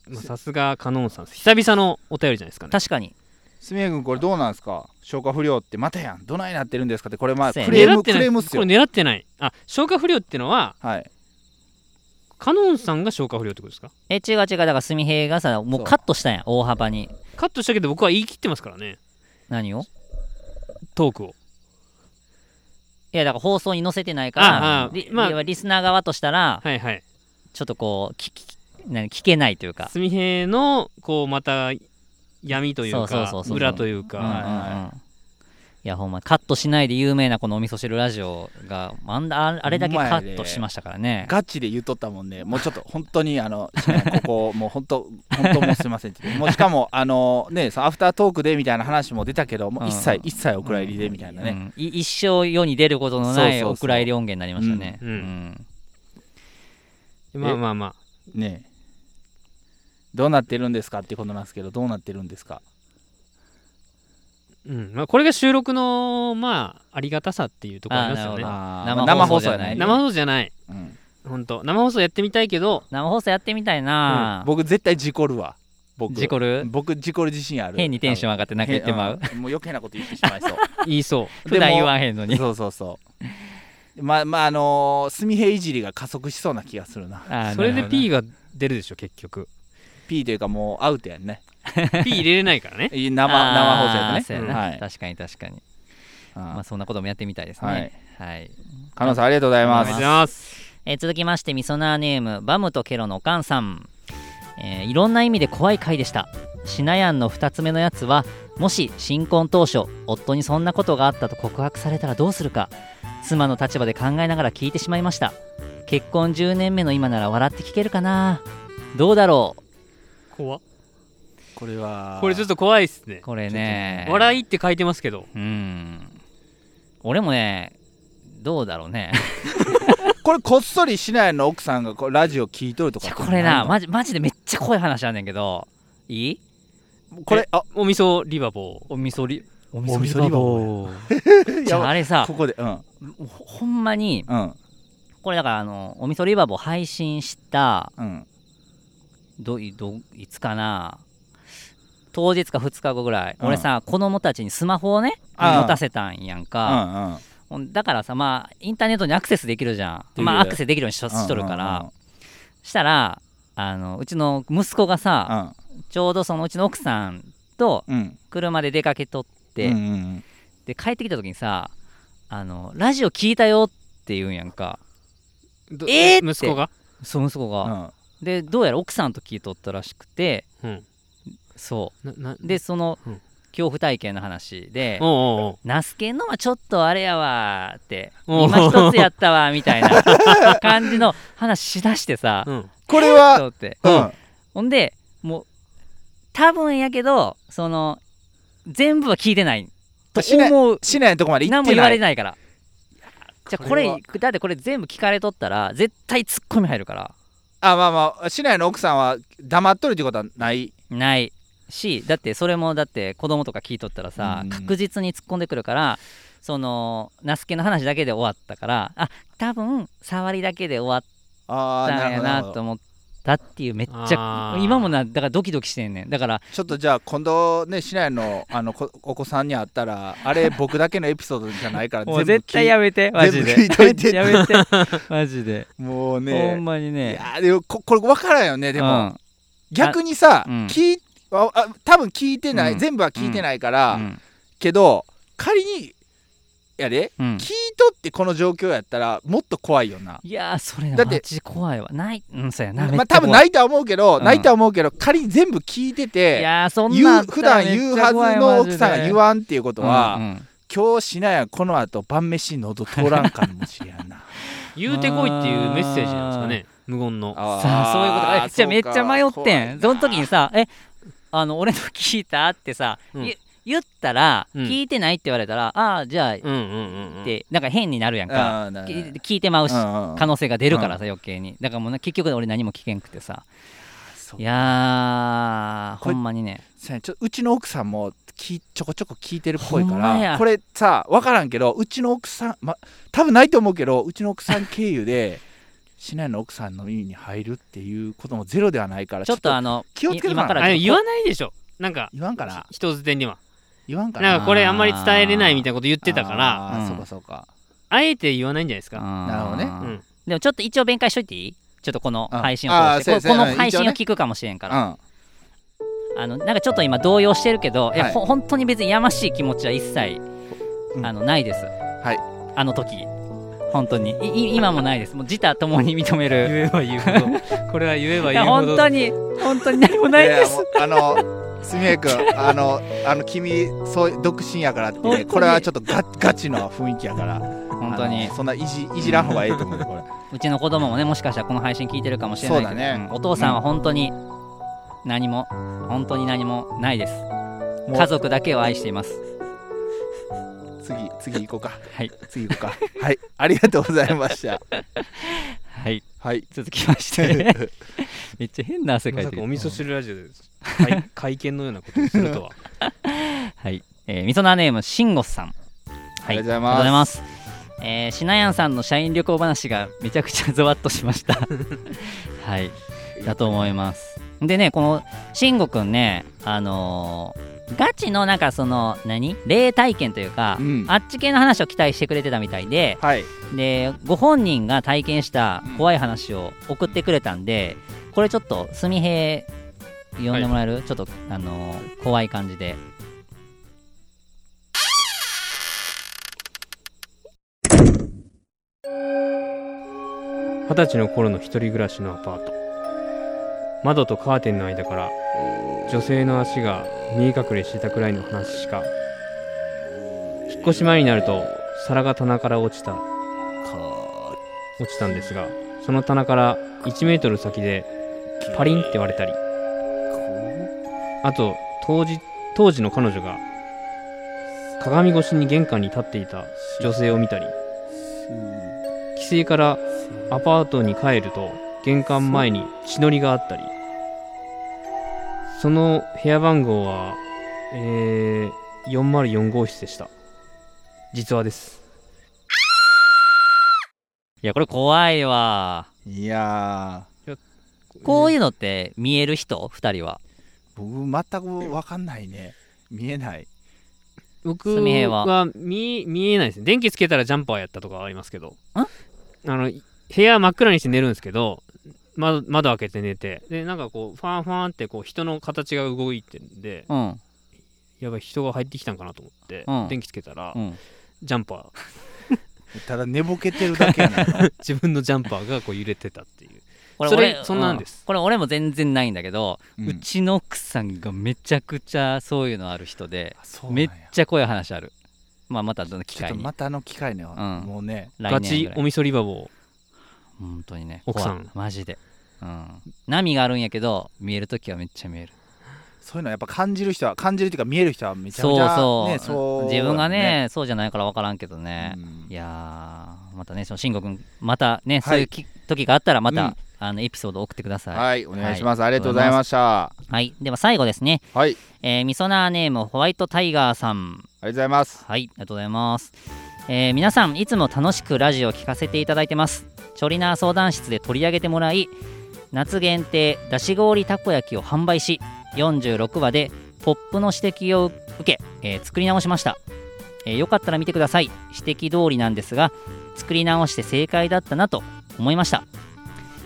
まあさすがカノンさん久々のお便りじゃないですかね確かにすみや君これどうなんですか消化不良ってまたやんどないなってるんですかってこれまあそクうやねレー狙ムっクてなレいームっすこれよ狙ってないあ消化不良ってのははいカノンさんが消化不良ってことですかえ違う違うだから純平がさもうカットしたんや大幅にカットしたけど僕は言い切ってますからね何をトークをいやだから放送に載せてないからああリ,、まあ要はリスナー側としたらはいはいちょっとこう聞き何聞けないというか純平のこうまた闇というそうそうそうかそう裏というんううんうんかいやほんまカットしないで有名なこのお味噌汁ラジオがあんだああれだけカットしましたからねガチで言っとったもんねもうちょっと本当にあ のここもう本当本当もうすいませんってもうしかもあのねそのアフタートークでみたいな話も出たけどもう一切、うん一切お蔵入りでみたいなね、うんい一生世に出ることのなそういそうそうお蔵入り音源になりましたねうんううんんまあまあまねえどうなってるんですかってことなんですけどどうなってるんですかあ、うんまあ、これが収録のまあありがたさっていうところありますよねああー生まあ放送じゃない生ー放生放送じゃない送やね、本当生放送やってみたいけど生放送やってみたいうんな、僕絶対事故るわ僕事故る僕事故る自信ある変にテンションン上がってなんか言ってまうもう余計なこと言ってし まいそう言いそう普段言わへんのにそうそうそう。まあまああのー、隅平いじりが加速しそうな気がするな。 あーそれなでるほど P が出るでしょ結局 P というかもうアウトやんね。 P 入れれないからねい生生放送やとあーね。そうやなはい。確かに確かに。まああそんなこともやってみたいですね。はい。ーカノン さんありがとうございあまりがとうごす。ざいますえー続きまして、みそなーネーム、バムとケロのおかんさん。えーいろんな意味で怖い回でした。シナヤンの2つ目のやつは、もし新婚当初、夫にそんなことがあったと告白されたらどうするか、妻の立場で考えながら聞いてしまいました。結婚10年目の今なら笑って聞けるかなどうだろう怖っこれはこれちょっと怖いっすねこれね。笑いって書いてますけどうん。俺もね、どうだろうね。これこっそり市内の奥さんがこうラジオ聞いとるといやか。これな、マジマジでめっちゃ怖い話なんねんけど、いいこれあお味噌リバボーおみそり、おみそりバボー。じやゃあばいあれさこ、こでうんほほんまに、うんこれだからあの、おみそりバボー配信した、うん。ど、いど、いつかな、当日か2日後ぐらい、うん俺さ、子供たちにスマホをね、ああ持たせたんやんうか、んうんほんだからさ、まあ、インターネットにアクセスできるじゃきん。るまあ、アクセスできるようにしとしとるから、したら、あの、うちの息子がさ、ちょうどそのうちの奥さんとうんうんうん車で出かけとって、うんうんで帰ってきた時にさあの「ラジオ聞いたよ」って言うんやんかどえーって息子がそう息子うが、んでどうやら奥さんと聞いとったらしくてうんそななうでその、うん恐怖体験の話でおうおうおう「ナスケンのはちょっとあれやわ」って「お今一つやったわ」みたいな感じの話しだしてさうんこれちはょっとってうんほんでもう多分やけどその全部は聞いてないとしない思う市内のとこまで行何っもて言わなれい。ないからじゃあここれれはだってこれ全部聞かれとったら絶対ツッコミ入るからあまあまあ市内の奥さんは黙っとるってことはない。ないしだってそれもだって子供とか聞いとったらさうん確実に突っ込んでくるからそのナスケの話だけで終わったからあ多分触りだけで終わっああたなんるやほどなるなほどと思っったっていうめっちゃあー今もなだからドキドキしてんねんだからちょっとじゃあ今度ね市内のあのこお子さんに会ったらあれ僕だけのエピソードじゃないからもう絶対やべめてマジで全部聞いといてやめてマジで、もうほんねまにいねやでもここれ分からんよねでも、うん逆にさ、うん聞いああ多分聞いてない、うん全部は聞いてないから、うんけど仮にやで、うん聞いとってこの状況やったらもっと怖いよないやーそれだなってマジ怖いわないうんそうやなめっちまあゃ多分怖ないとは思うけど、うんないとは思うけど仮に全部聞いていてやーそん言なう普段言うはずの奥さんが言んわんっていうことは、うんうん今日しなやこの後晩飯喉通らんかもしれん な言うてこいっていうメッセージなんですかね無言のさあそういうことかえじゃあめっちゃ迷ってんその時にささ「えあの俺の聞いた?」ってさ、うんゆ言ったら、うん聞いてないって言われたら「ああじゃあ」っうんうんうんうんてなんか変になるやんか、き聞いてまうし、可能性が出るからさ余計にだからもうな結局俺何も聞けんくてさそういやーこほれんまにねそうやねちょうちの奥さんもきちょこちょこ聞いてるっぽいかほんまらやこれさ分からんけどうちの奥さん、ま、多分ないと思うけどうちの奥さん経由で 市内の奥さんの耳に入るっていうこともゼロではないからちょっとあの気をつけてい今かだらあちでょっとも言わないでしょなんか言わんかなひ人づてには言わんかななんかこれあんまり伝えれないみたいなこと言っ言てたからうんそうかそうかあえて言わないんじゃないですかななるほどねうんでもちょっと一応弁解しといていいちょっとこのうん配信を通してあーこそうこのやそうや配信一応をね聞くかもしれんから、うんあのなんかちょっと今動揺してるけど、えはいほ本当に別にやましい気持ちは一切、うんあのないです、いあの時本当にいい今もないですもう自他ともに認める言えば言うほどこれは言え ばいや言うほど本当に本当に何もないですいやいやもうあのすみえ君あのあの君そう独身やからって本当にこれはちょっとガガチの雰囲気やから本当にあのそんないじいじらん方がいいと思うこれうちの子供もねもしかしたらこの配信聞いてるかもしれないけどそうだねんお父さんは本当に何も本当に何もないですもう家族だけを愛しています次次行こうかはい次行こうかはいありがとうございましたはいはい続きましてめっちゃ変な汗かまいさてかるお味噌汁ラジオ で会 会見のようなことをするとははい、えー、みそなネームしんごさんあはりがとうございありがとうございまますす。えー、しなやんさんの社員旅行話がめちゃくちゃゾワッとしました。はい。だと思います。でね、この、しんごくんね、あのーガチのなんかその、何霊体験というか、うんあっち系の話を期待してくれてたみたいで、はいで、ご本人が体験した怖い話を送ってくれたんで、これちょっと、すみへい呼んでもらえる、ちょっと、あのー怖い感じで。二十歳の頃の一人暮らしのアパート窓とカーテンの間から女性の足が見え隠れしてたくらいの話しか引っ越し前になると皿が棚から落ちた落ちたんですがその棚から1メートル先でパリンって割れたりあと当時当時の彼女が鏡越しに玄関に立っていた女性を見たり帰省からアパートに帰ると玄関前に血のりがあったりその部屋番号はえー、404号室でした実話ですいや、これ怖いわ。いやこういうのって見える人二人は。ー僕全く分かんないね見えない僕住平はは見見えないですね電気つけたらジャンパーやったとかはありますけどあのい部屋真っ暗にして寝るんですけど窓窓開けて寝てでなんかこうファンファンってこう人の形が動いてるんでうん。やばい人が入ってきたんかなと思って、うん電気つけたら、うん。ジャンパーただ寝ぼけてるだけやな 自分のジャンパーがこう揺れてたっていうこれそれ俺そんなんですうこれ俺も全然ないんだけど、ううんちの奥さんがめちゃくちゃそういうのある人で、そうなんめっやちゃこういう話ある。まあまたどの機ちょ会っとに。またあの機会ね、んもうね 来年ガぐチらいおみそリバボ本当にね。奥さん怖いマジで。うん。波があるんやけど、見えるときはめっちゃ見える。そういうのやっぱ感じる人は感じるっていうか見える人はめちゃめそうちゃ、ね、そう。そう自分がね、そうじゃないから分からんけどね。うんいやー、またね、その慎吾君、またね、はいそういうき時があったら、また、うんあのエピソード送ってください。、はいいお願いします、ありがとうございましたはい、では最後ですね。はいえー、みそなーネームホワイトタイガーさんありがとうございますはいありがとうございます、えー皆さんいつも楽しくラジオを聞かせていただいてますチョリナー相談室で取り上げてもらい夏限定だし氷たこ焼きを販売し46話でポップの指摘を受け、えー作り直しました、えーよかったら見てください指摘通りなんですが作り直して正解だったなと思いました、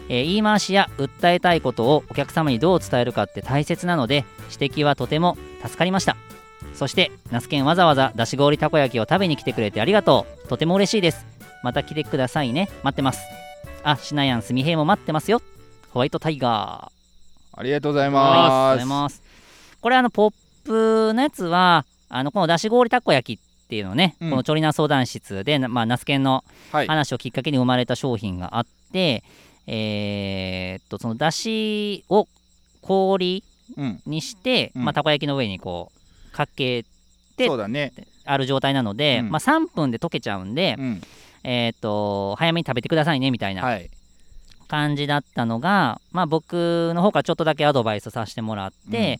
えー言い回しや訴えたいことをお客様にどう伝えるかって大切なので指摘はとても助かりましたそしてナスケンわざわざだし氷たこ焼きを食べに来てくれてありがとうとても嬉しいですまた来てくださいね待ってますあしなやんすみへいも待ってますよホワイトタイガーありがとうございあまりがとうござすいます。これあのポップのやつはあのこのだし氷たこ焼きっていうのね、うんこのチョリナ相談室で、なまあ、ナスケンのはい話をきっかけに生まれた商品があって、えーっとそのだしを氷うんにして、うんまあ、たこ焼きの上にこうかけでそうだねある状態なので、うんまあ、3分で溶けちゃうんで、うんえーっと早めに食べてくださいねみたいなはい感じだったのが、まあ、僕の方からちょっとだけアドバイスさせてもらって、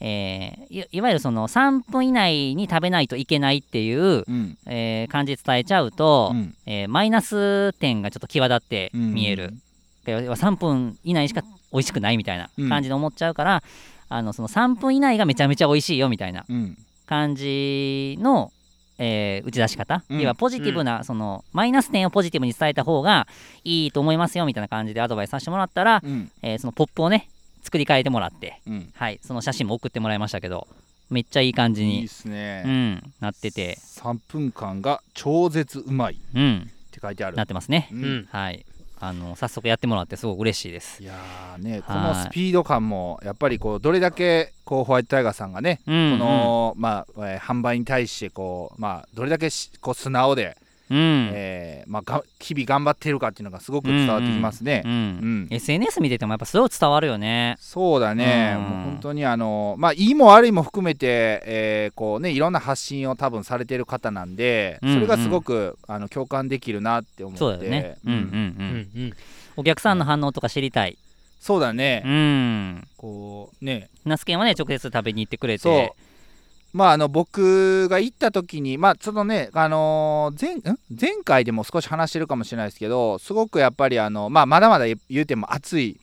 えーいいわゆるその3分以内に食べないといけないっていう、うんえー感じで伝えちゃうと、うんえーマイナス点がちょっと際立って見える、要は3分以内しか美味しくないみたいな感じで思っちゃうから、あのその3分以内がめちゃめちゃ美味しいよみたいなうん感じの、えー打ち出し方、うん要はポジティブな、そのマイナス点をポジティブに伝えた方がいいと思いますよみたいな感じでアドバイスさせてもらったら、うんえーそのポップをね作り変えてもらって、うんはい、その写真も送ってもらいましたけどめっちゃいい感じいいにっすねうん、なってて、 3分間が超絶うまいっうん、て書いてあるなってますね、ううんんはいあの早速やってもらってすごく嬉しいですいやーねこはいのスピード感もやっぱりこうどれだけこうホワイトタイガーさんがねここ、のまあえー販売に対してこうまあどれだけしこう素直でうんうんえーまあが日々頑張ってるかっていうのがすごく伝わってきますねうんうん SNS 見ててもやっぱすごい伝わるよねそうだね、うんもう本当にあの、まあ、いいも悪いも含めて、えーこうね、いろんな発信を多分されてる方なんで、うんうんそれがすごくあの共感できるなって思ってそうだよねうんうんう、うんんお客さんの反応とか知りたいそうだね、うんこうねナスケンはね直接食べに行ってくれてそうまあ、あの僕が行った時に、まあ、ちょっとね、あのー前ん前回でも少し話してるかもしれないですけどすごくやっぱりあの、まあ、まだまだ言うても暑い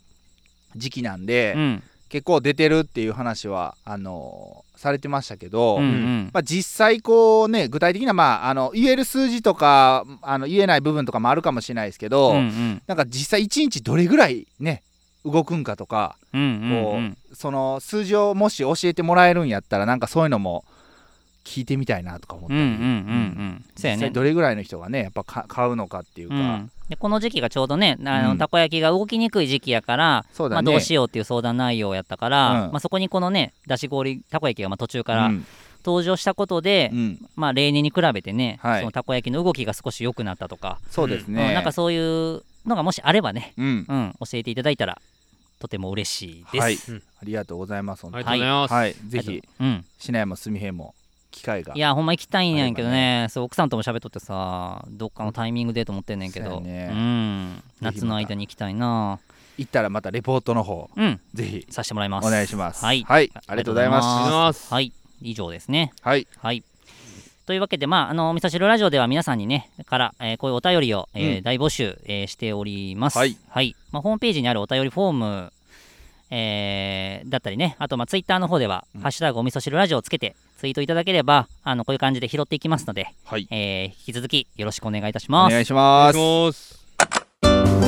時期なんで、うん結構出てるっていう話はあのーされてましたけど、うんうんまあ、実際こうね具体的な、まあ、あの言える数字とかあの言えない部分とかもあるかもしれないですけど、うんうんなんか実際1日どれぐらいね動くんかとかうんうんこう、うんその数字をもし教えてもらえるんやったらなんかそういうのも聞いてみたいなとか思っうて、んうんうんうんそうや実ね際どれぐらいの人がねやっぱか買うのかっていうか、うん、でこの時期がちょうどねあの、うんたこ焼きが動きにくい時期やからそうまだあ、ね、どうしようっていう相談内容やったから、うんまあ、そこにこのねだし氷たこ焼きがまあ途中かうらん登場したことで、うんまあ、例年に比べてね、はいそのたこ焼きの動きが少し良くなったとか、そうですね、うんなんかそういうのがもしあればね、うんうん、教えていただいたらとても嬉しいです。はいうんありがとうございます本当ありにがとうございます、はい、ぜひうん、品山純平も機会がいやほんま行きたいんやんけどあれねそう奥さんとも喋っとってさどっかのタイミングでと思ってんねんけどそうやねん、夏の間に行きたいな行ったらまたレポートの方うんぜひさせてもらいまおす願いしますはい、ありがとうございありますがとうございますますはい、以上ですねはいはいというわけで、まあ、あの、味噌汁ラジオでは皆さんにね、から、えーこういうお便りを、えーうん大募集、えーしております。はい。まあ、ホームページにあるお便りフォーム、えーだったりね、あと、まあ、ツイッターの方では、ハッシュタグお味噌汁ラジオをつけて、ツイートいただければ、あの、こういう感じで拾っていきますので、はいえー引き続きよろしくお願いいたしおます。願いしますお願いします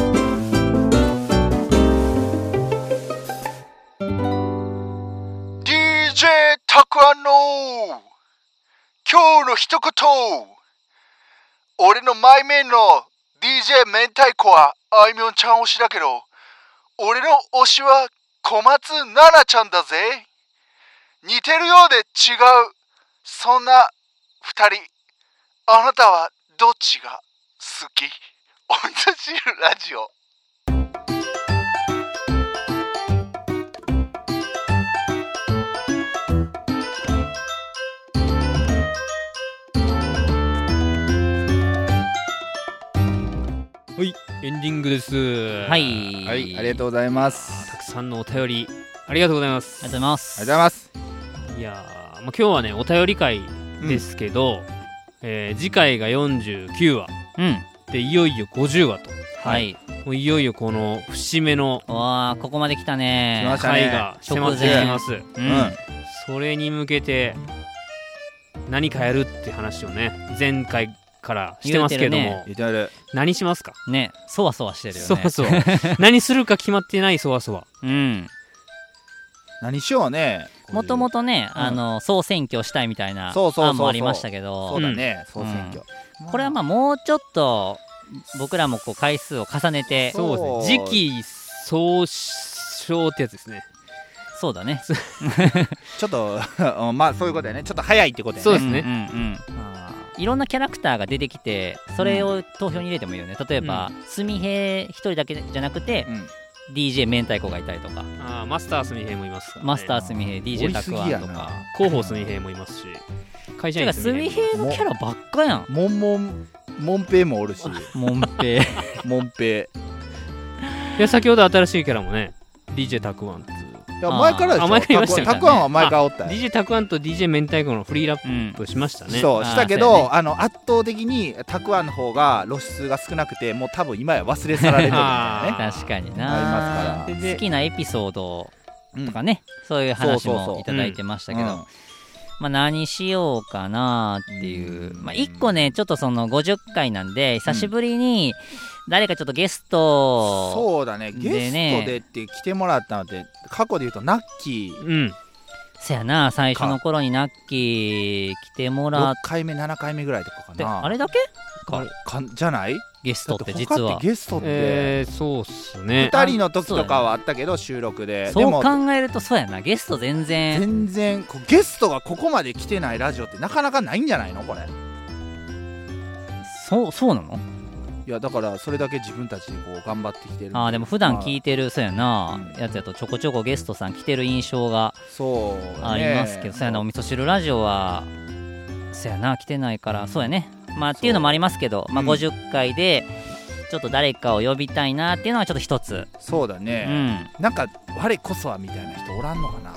俺のマイメンの DJ 明太子はあいみょんちゃん推しだけど俺の推しは小松菜奈ちゃんだぜ似てるようで違うそんな2人あなたはどっちが好き おみそ汁ラジオはいエンディングですはい。はいありがとうございますあたくさんのお便りありがとうございますありがとうございます。りがとうございますいやー、まあ、今日はねお便り会ですけど、えー次回が49話うん。でいよいよ50話とはい。もういよいよこの節目のわあ、ここまで来たね。来ましたね回が迫ってきます、ううんん。それに向けて何かやるって話をね前回からしてますけども、言う言ってやる何しますかね、そわそわしてるよね。そわそわ 何するか決まってないそわそわうん。何しようねもともとね、あの、総選挙したいみたいなそうそうそうそう案もありましたけど、そうだね、総選挙、これはまあ、もうちょっと、僕らもこう、回数を重ねて、そそううそうですね次期総称ってやつですねだね。ちょっと うんまあそういうことやねちょっと早いってことやねそうですねうんうんうんあーいろんなキャラクターが出てきて、それを投票に入れてもいいよね。例えば、すみへ一人だけじゃなくて、うん DJ 明太子がいたりとか、あーマスタースミヘイもいますからね、マスターすみへ DJ たく盛りすわぎやとか。な広報スミヘイもいますし会社て員か、スすミみヘイへのキャラばっかやん。もんもんもんぺいもおるしも んぺ。もんぺいや先ほど新しいキャラもね DJ たくわんっていういいや前からでしあ前からいましたょよねたくあんは前からおったよ DJ たくあんと DJ 明太子のフリーラッうん。プしましたね、そうあーしたけそうやどあの圧倒的にたくあんの方が露出が少なくてもう多分今や忘れ去られてるみたいなね確かになありますから好きなエピソードとかね、そういう話そうそうそうもいただいてましたけどうんまあ、何しようかなっていう、まあ、1個ねちょっとその50回なんで久しぶりに誰かちょっとゲストそうだねゲでスねトでって来てもらったのって過去で言うとナッキーうんせやな最初の頃にナッキー来てもらっ6回目7回目ぐらいとかかてなあれだけかかじゃないゲスだトっってて他実っはてゲストってえー、そうっすね2人の時とかはあったけど収録ででそうも考えるとそうやなゲスト全然全然こうゲストがここまで来てないラジオってなかなかないんじゃないのこれそうそうなのいやだからそれだけ自分たちでこう頑張ってきてるあーでも普段聞いてるそうやなうんやつやとちょこちょこゲストさん来てる印象がそうねありますけど、そうやなお味噌汁ラジオはそうやな来てないから、そうやねまあっていうのもありますけど、まあ、うん50回でちょっと誰かを呼びたいなっていうのはちょっと一つ、そうだうね、ん、なんか我こそはみたいな人おらんのかな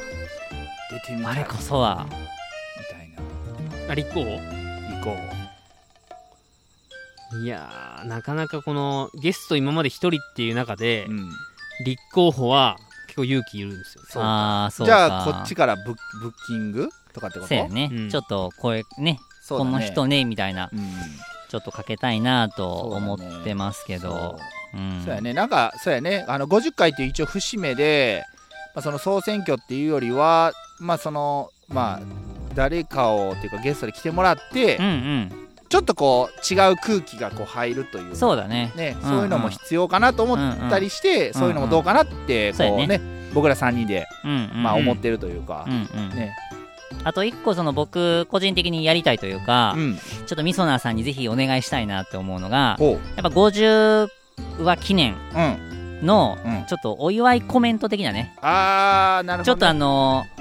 出てみたあいれみこそはたいなあ立候補行こいやーなかなかこのゲスト今まで一人っていう中で、う、うん、立候補は結構勇気いるんですよねそうかああーそうじかゃあこっちからブッブッキングとかってことそうやね、うんちょっと声ねそうだこねの人ねみたいなうんちょっとかけたいなとそうだね思ってますけそどう,、んうそうやねなんかそうやねあの50回っていう一応節目で、まあ、その総選挙っていうよりはまあそのまあ誰かをっていうかゲストで来てもらって、うんうんちょっとこう違う空気がこう入るというかそうだねね、うんそういうのも必要かなと思ったりして、そういうのもどうかなってこうそうね,、やね僕ら3人で、うんうんまあ、思ってるというかう、んうんねあと一個その僕個人的にやりたいというか、うんちょっとみそなーさんにぜひお願いしたいなって思うのが、ほうやっぱ50話記念うんのうん、ちょっとお祝いコメント的なね、あーなるほどね、ちょっとあのー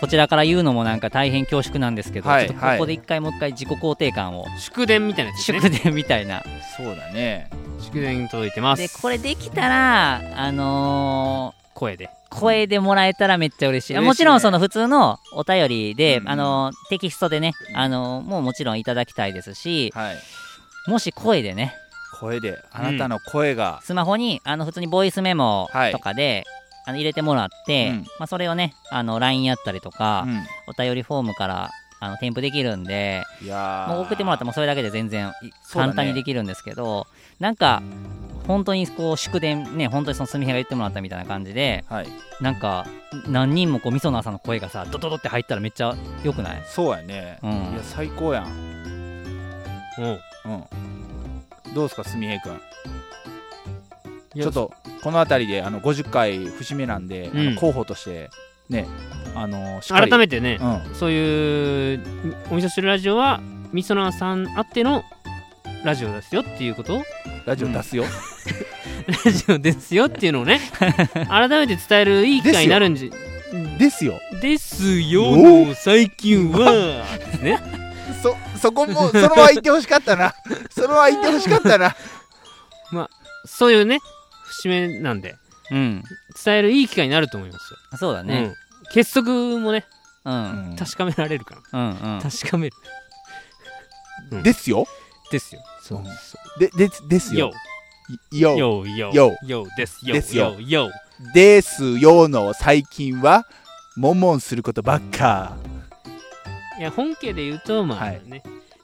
こちらから言うのもなんか大変恐縮なんですけど、はいちょっとここで一回もう一回自己肯定感を、祝電みたいなやつです祝ね電みたいな。そうだね祝電届いてますで、これできたら、あのー声で声でもらえたらめっちゃ嬉しい。嬉しいねもちろんその普通のお便りで、うんあのーテキストでね、あのーもうもちろんいただきたいですし、はいもし声でね、声であなたの声が、スマホにあの普通にボイスメモとかで、あの入れてもらって、うんまあ、それをねあの LINE やったりとか、うんお便りフォームからあの添付できるんでいやーもう送ってもらってもそれだけで全然いそうだ簡ね単にできるんですけど、なんか本当にこう祝電ね本当にそのすみへが言ってもらったみたいな感じではいなんか何人もこうみそなさんの声がさドドドって入ったらめっちゃ良くないそうやね、うんいや最高やん、おううん、どうですかすみへいくんいやちょっとこの辺りであの50回節目なんで、あのうん候補としてねあのしっか改りめてね、うんそういうお味噌汁ラジオはみそなさんあってのラジオですよっていうことをラジオ出すよ、ラジオですよっていうのをね改めて伝えるいい機会になるんじですよですよの最近はそそこもそのまま言ってほしかったな そのまま言ってほしかったなそういうね節目なんでうん伝えるいい機会になると思いますよそうだねうん結束もねうんうん確かめられるかうん、ら確かめるですよですよ。そうででですよよ、よよ、よ、よよ、よ、ですよ、ですよよ、よ。ですよの最近は悶々することばっかいや本家で言うとまあはいね、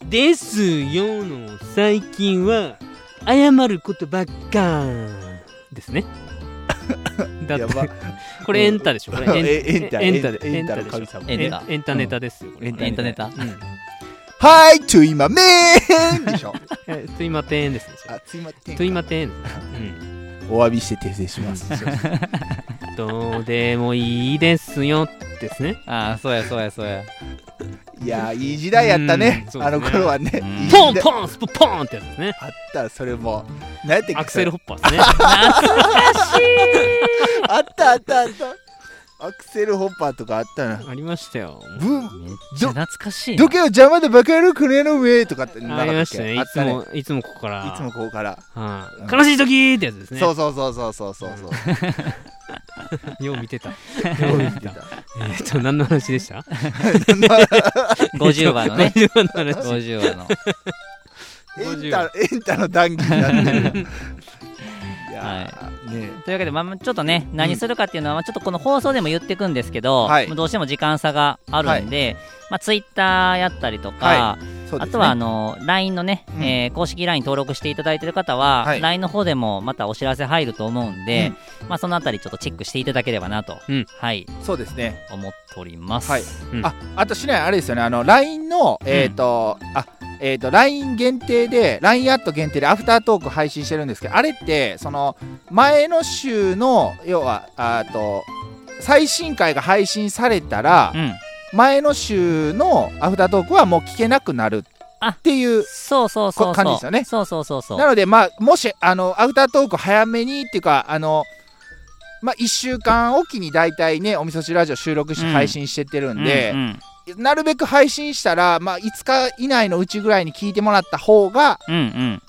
ですよの最近は謝ることばっかで すねだってやばこれエンタでしょこれエ ンえエンタエンタでエンタのエンタ神でしょ様エエンンタエンタネタですよ、これエンタネタ。はいトゥイマメーンでしょえー、ついまてんですねあついまってついまてんお詫びして訂正しますうんどうでもいいですよですねああ、そうや、そうや、そうや。 いやーいい時代やったねうんそうねあの頃はねうんいい時代ポンポンスポポンってやつですねあったそれも何やってアクセルそホッパーですねれあったあったあったアクセルホッパーとかあったなありましたよブーめっちゃ懐かしいなどけよ邪魔でバカ野郎くれの上とかってなかっありたまっしたけねあいっつたねもいつもここからいつもここからはいうん悲しい時ってやつですねそうそうそうそうそうそうそうよう見てた。よどうう見見ててた。たえっと、何の話でした50話の ね。 50話の話。 50話の。 エン50タエンタの談義になって るいやーねというわけで、まあ、ちょっとね、何するかっていうのは、まあちょっとこの放送でも言っていくんですけど、はいもうどうしても時間差があるんで、まあ、ツイッターやったりとか、はそうですねあとはあの LINE のね、うんえー公式 LINE 登録していただいている方は、はい LINE の方でもまたお知らせ入ると思うんで、まあ、そのあたりちょっとチェックしていただければなと、うんはい、そうですね思っております。はいうんああとしないあれですよねあの LINE のえっとあえっと LINE 限定で LINE アット限定でアフタートーク配信してるんですけどあれってその前の週の要はあーと最新回が配信されたらうん、前の週のアフタートークはもう聞けなくなるっていうそうそうそうそう。こ感じですよねそうそうそうそう。なので、まあ、もしあのアウタートーク早めにっていうかあの、まあ、1週間おきに大体ねおみそ汁ラジオ収録してうん配信してってるんでうん、うんなるべく配信したら、まあ、5日以内のうちぐらいに聞いてもらった方が、うんうん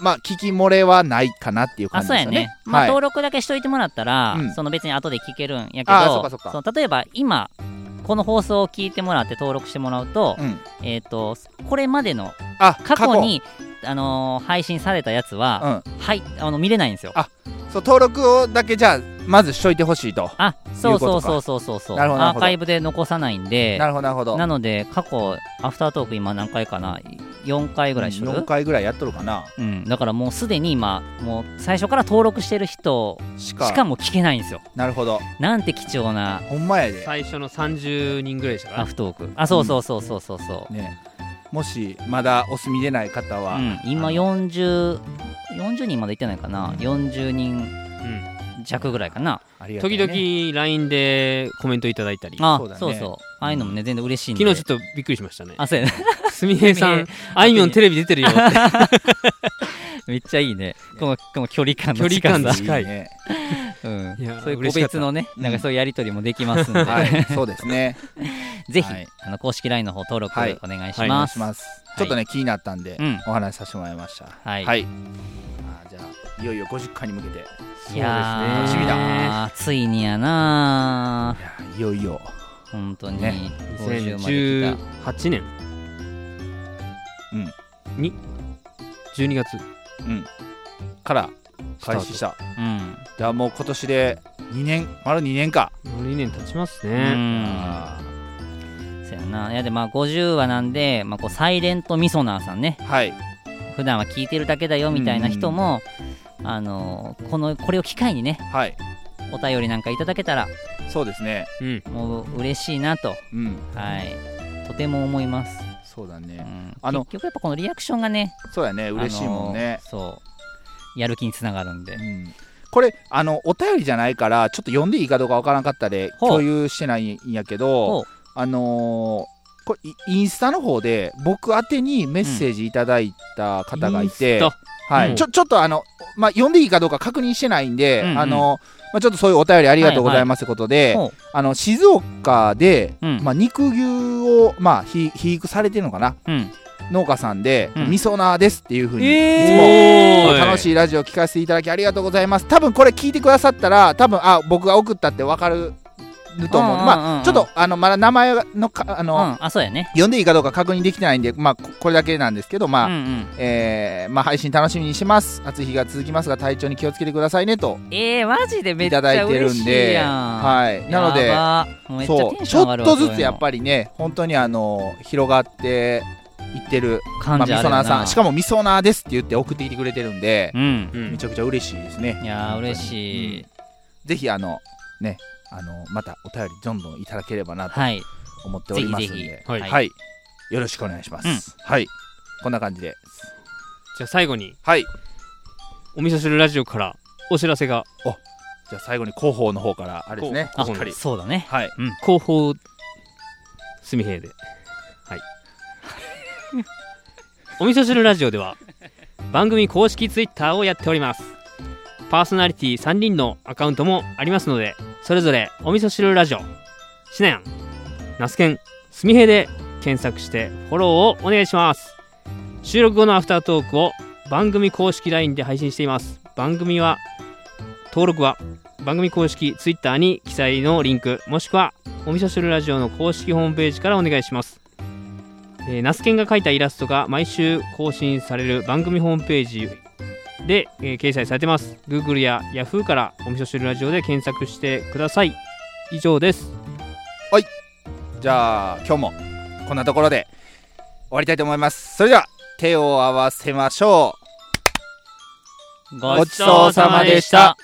まあ、聞き漏れはないかなっていう感あじそうでやすねよね。まあ、はい登録だけしといてもらったら、うんその別に後で聞けるんやけあーそどっかそっかそう例えば今この放送を聞いてもらって登録してもらうと,、うんえっとこれまでのあ過去にあのー配信されたやつは、はいあの見れないんですよ。あそう登録をだけじゃあまずしといてほしいと。あそうそういうことそかうそうそうそうなるほどなるアほーどカイブで残さないんでなるほどなるほど。なので過去アフタートーク今何回かな4回ぐらいしと4る、回ぐらいやっとるかな。うん、だからもうすでに今もう最初から登録してる人しかしかも聞けないんですよなるほど。なんて貴重なほんまやで。最初の30人ぐらいでしたかアら。フトークあそうそうそうそうそうそう、ね、もしまだお住みでない方は、うん、今あの4040人までいってないかな40人うん弱ぐらいかなありがたい時ね々 LINE でコメントいただいたり。昨あそうだねそうそうああいうのもね全然嬉しいん日でちょっとびっくりしましたね。あそうやねすみへいさ んす、あいみょんテレビ出て るよって。めっちゃいいねこのこの距離感の距離近さ感だ近いね、うんいや、そういう嬉個しかった別のねなんかそういうやり取りもできますんで、はい、そうですね。 ぜひ、はいあの公式 LINE の方登録はいお願いしお願まいしす。ます。ちょっとね、気になったんで、うんお話しさせてもらいました。はいはい。あーじゃあいよいよ50回に向けて、いいやーそうですね楽しみだついにやなやーいよいよ、ー本当に、ね50まで来2018年に12月うん、から開始した。た。うん。じゃあもう今年で2年、丸2年か。 2年経ちますうね。ん。あそうやな。いやでまあ50話なんで、まあこうサイレントミソナーさんねー、はい、普段は聞いてるだけだよみたいな人も、あのーこのこれを機会にね、はい、お便りなんかいただけたらそうですね。うん。もう嬉しいなと、うん、はい。とても思います。そうだうね。ん、あの結局やっぱこのリアクションがね、そうやね、嬉しいもんね。あのーそう。やる気につながるんでう。んこれあのお便りじゃないからちょっと読んでいいかどうかわからんかったでほう共有してないんやけどほうあのーこれイインスタの方で僕宛てにメッセージいただいた方がいて、インスはうい、んちょちょっとあの、まあ、読んでいいかどうか確認してないんで、うんうんあのまあ、ちょっとそういうお便りありがとうございますってことで、ほうあの静岡で、うんまあ、肉牛を、まあ、ひ肥育されてるのかなうん。農家さんで、うんみそなーですっていうふうに、えいつもおー楽しいラジオ聞かせていただきありがとうございます多分これ聞いてくださったら多分あ僕が送ったって分かるると思うう、んうんうんうんまあちょっとあのまだ名前のかあうの、ん、あそうやね読んでいいかどうか確認できてないんで、まあ、ここれだけなんですけど、まあうんうんえーまあ、配信楽しみにします暑い日が続きますが体調に気をつけてくださいねとえー、マジでめいっちゃただいてる嬉んしでいやんはい、なのでやばもうめっちゃそテうンちション上ょがっるわとずつやっりぱりね本当にあの広がっていってる、まあ、感みじあそるななーさんしかもみそなーですって言って送ってきてくれてるんでう、んうめんちゃくちゃ嬉しいですねいやー嬉しい、ぜひあのねあのまたお便りどんどんいただければなとはい思っておりますんでぜひぜひははいいよろしくお願いします、うはいこんな感じでじゃあ最後にはいお味噌汁ラジオからお知らせがじゃあ最後に広報の方からあれですねあここにそうだねはい広報すみへいではい お味噌汁ラジオでは番組公式ツイッターをやっておりますパーソナリティ3人のアカウントもありますのでそれぞれお味噌汁ラジオしなやんナスケンすみへいで検索してフォローをお願いします収録後のアフタートークを番組公式 LINE で配信しています番組は登録は番組公式 Twitter に記載のリンクもしくはお味噌汁ラジオの公式ホームページからお願いします、えー、ナスケンが描いたイラストが毎週更新される番組ホームページで、えー掲載されてます Google や Yahoo からお味噌汁ラジオで検索してください以上ですじゃあ今日もこんなところで終わりたいと思いますそれでは手を合わせましょうごちそうさまでした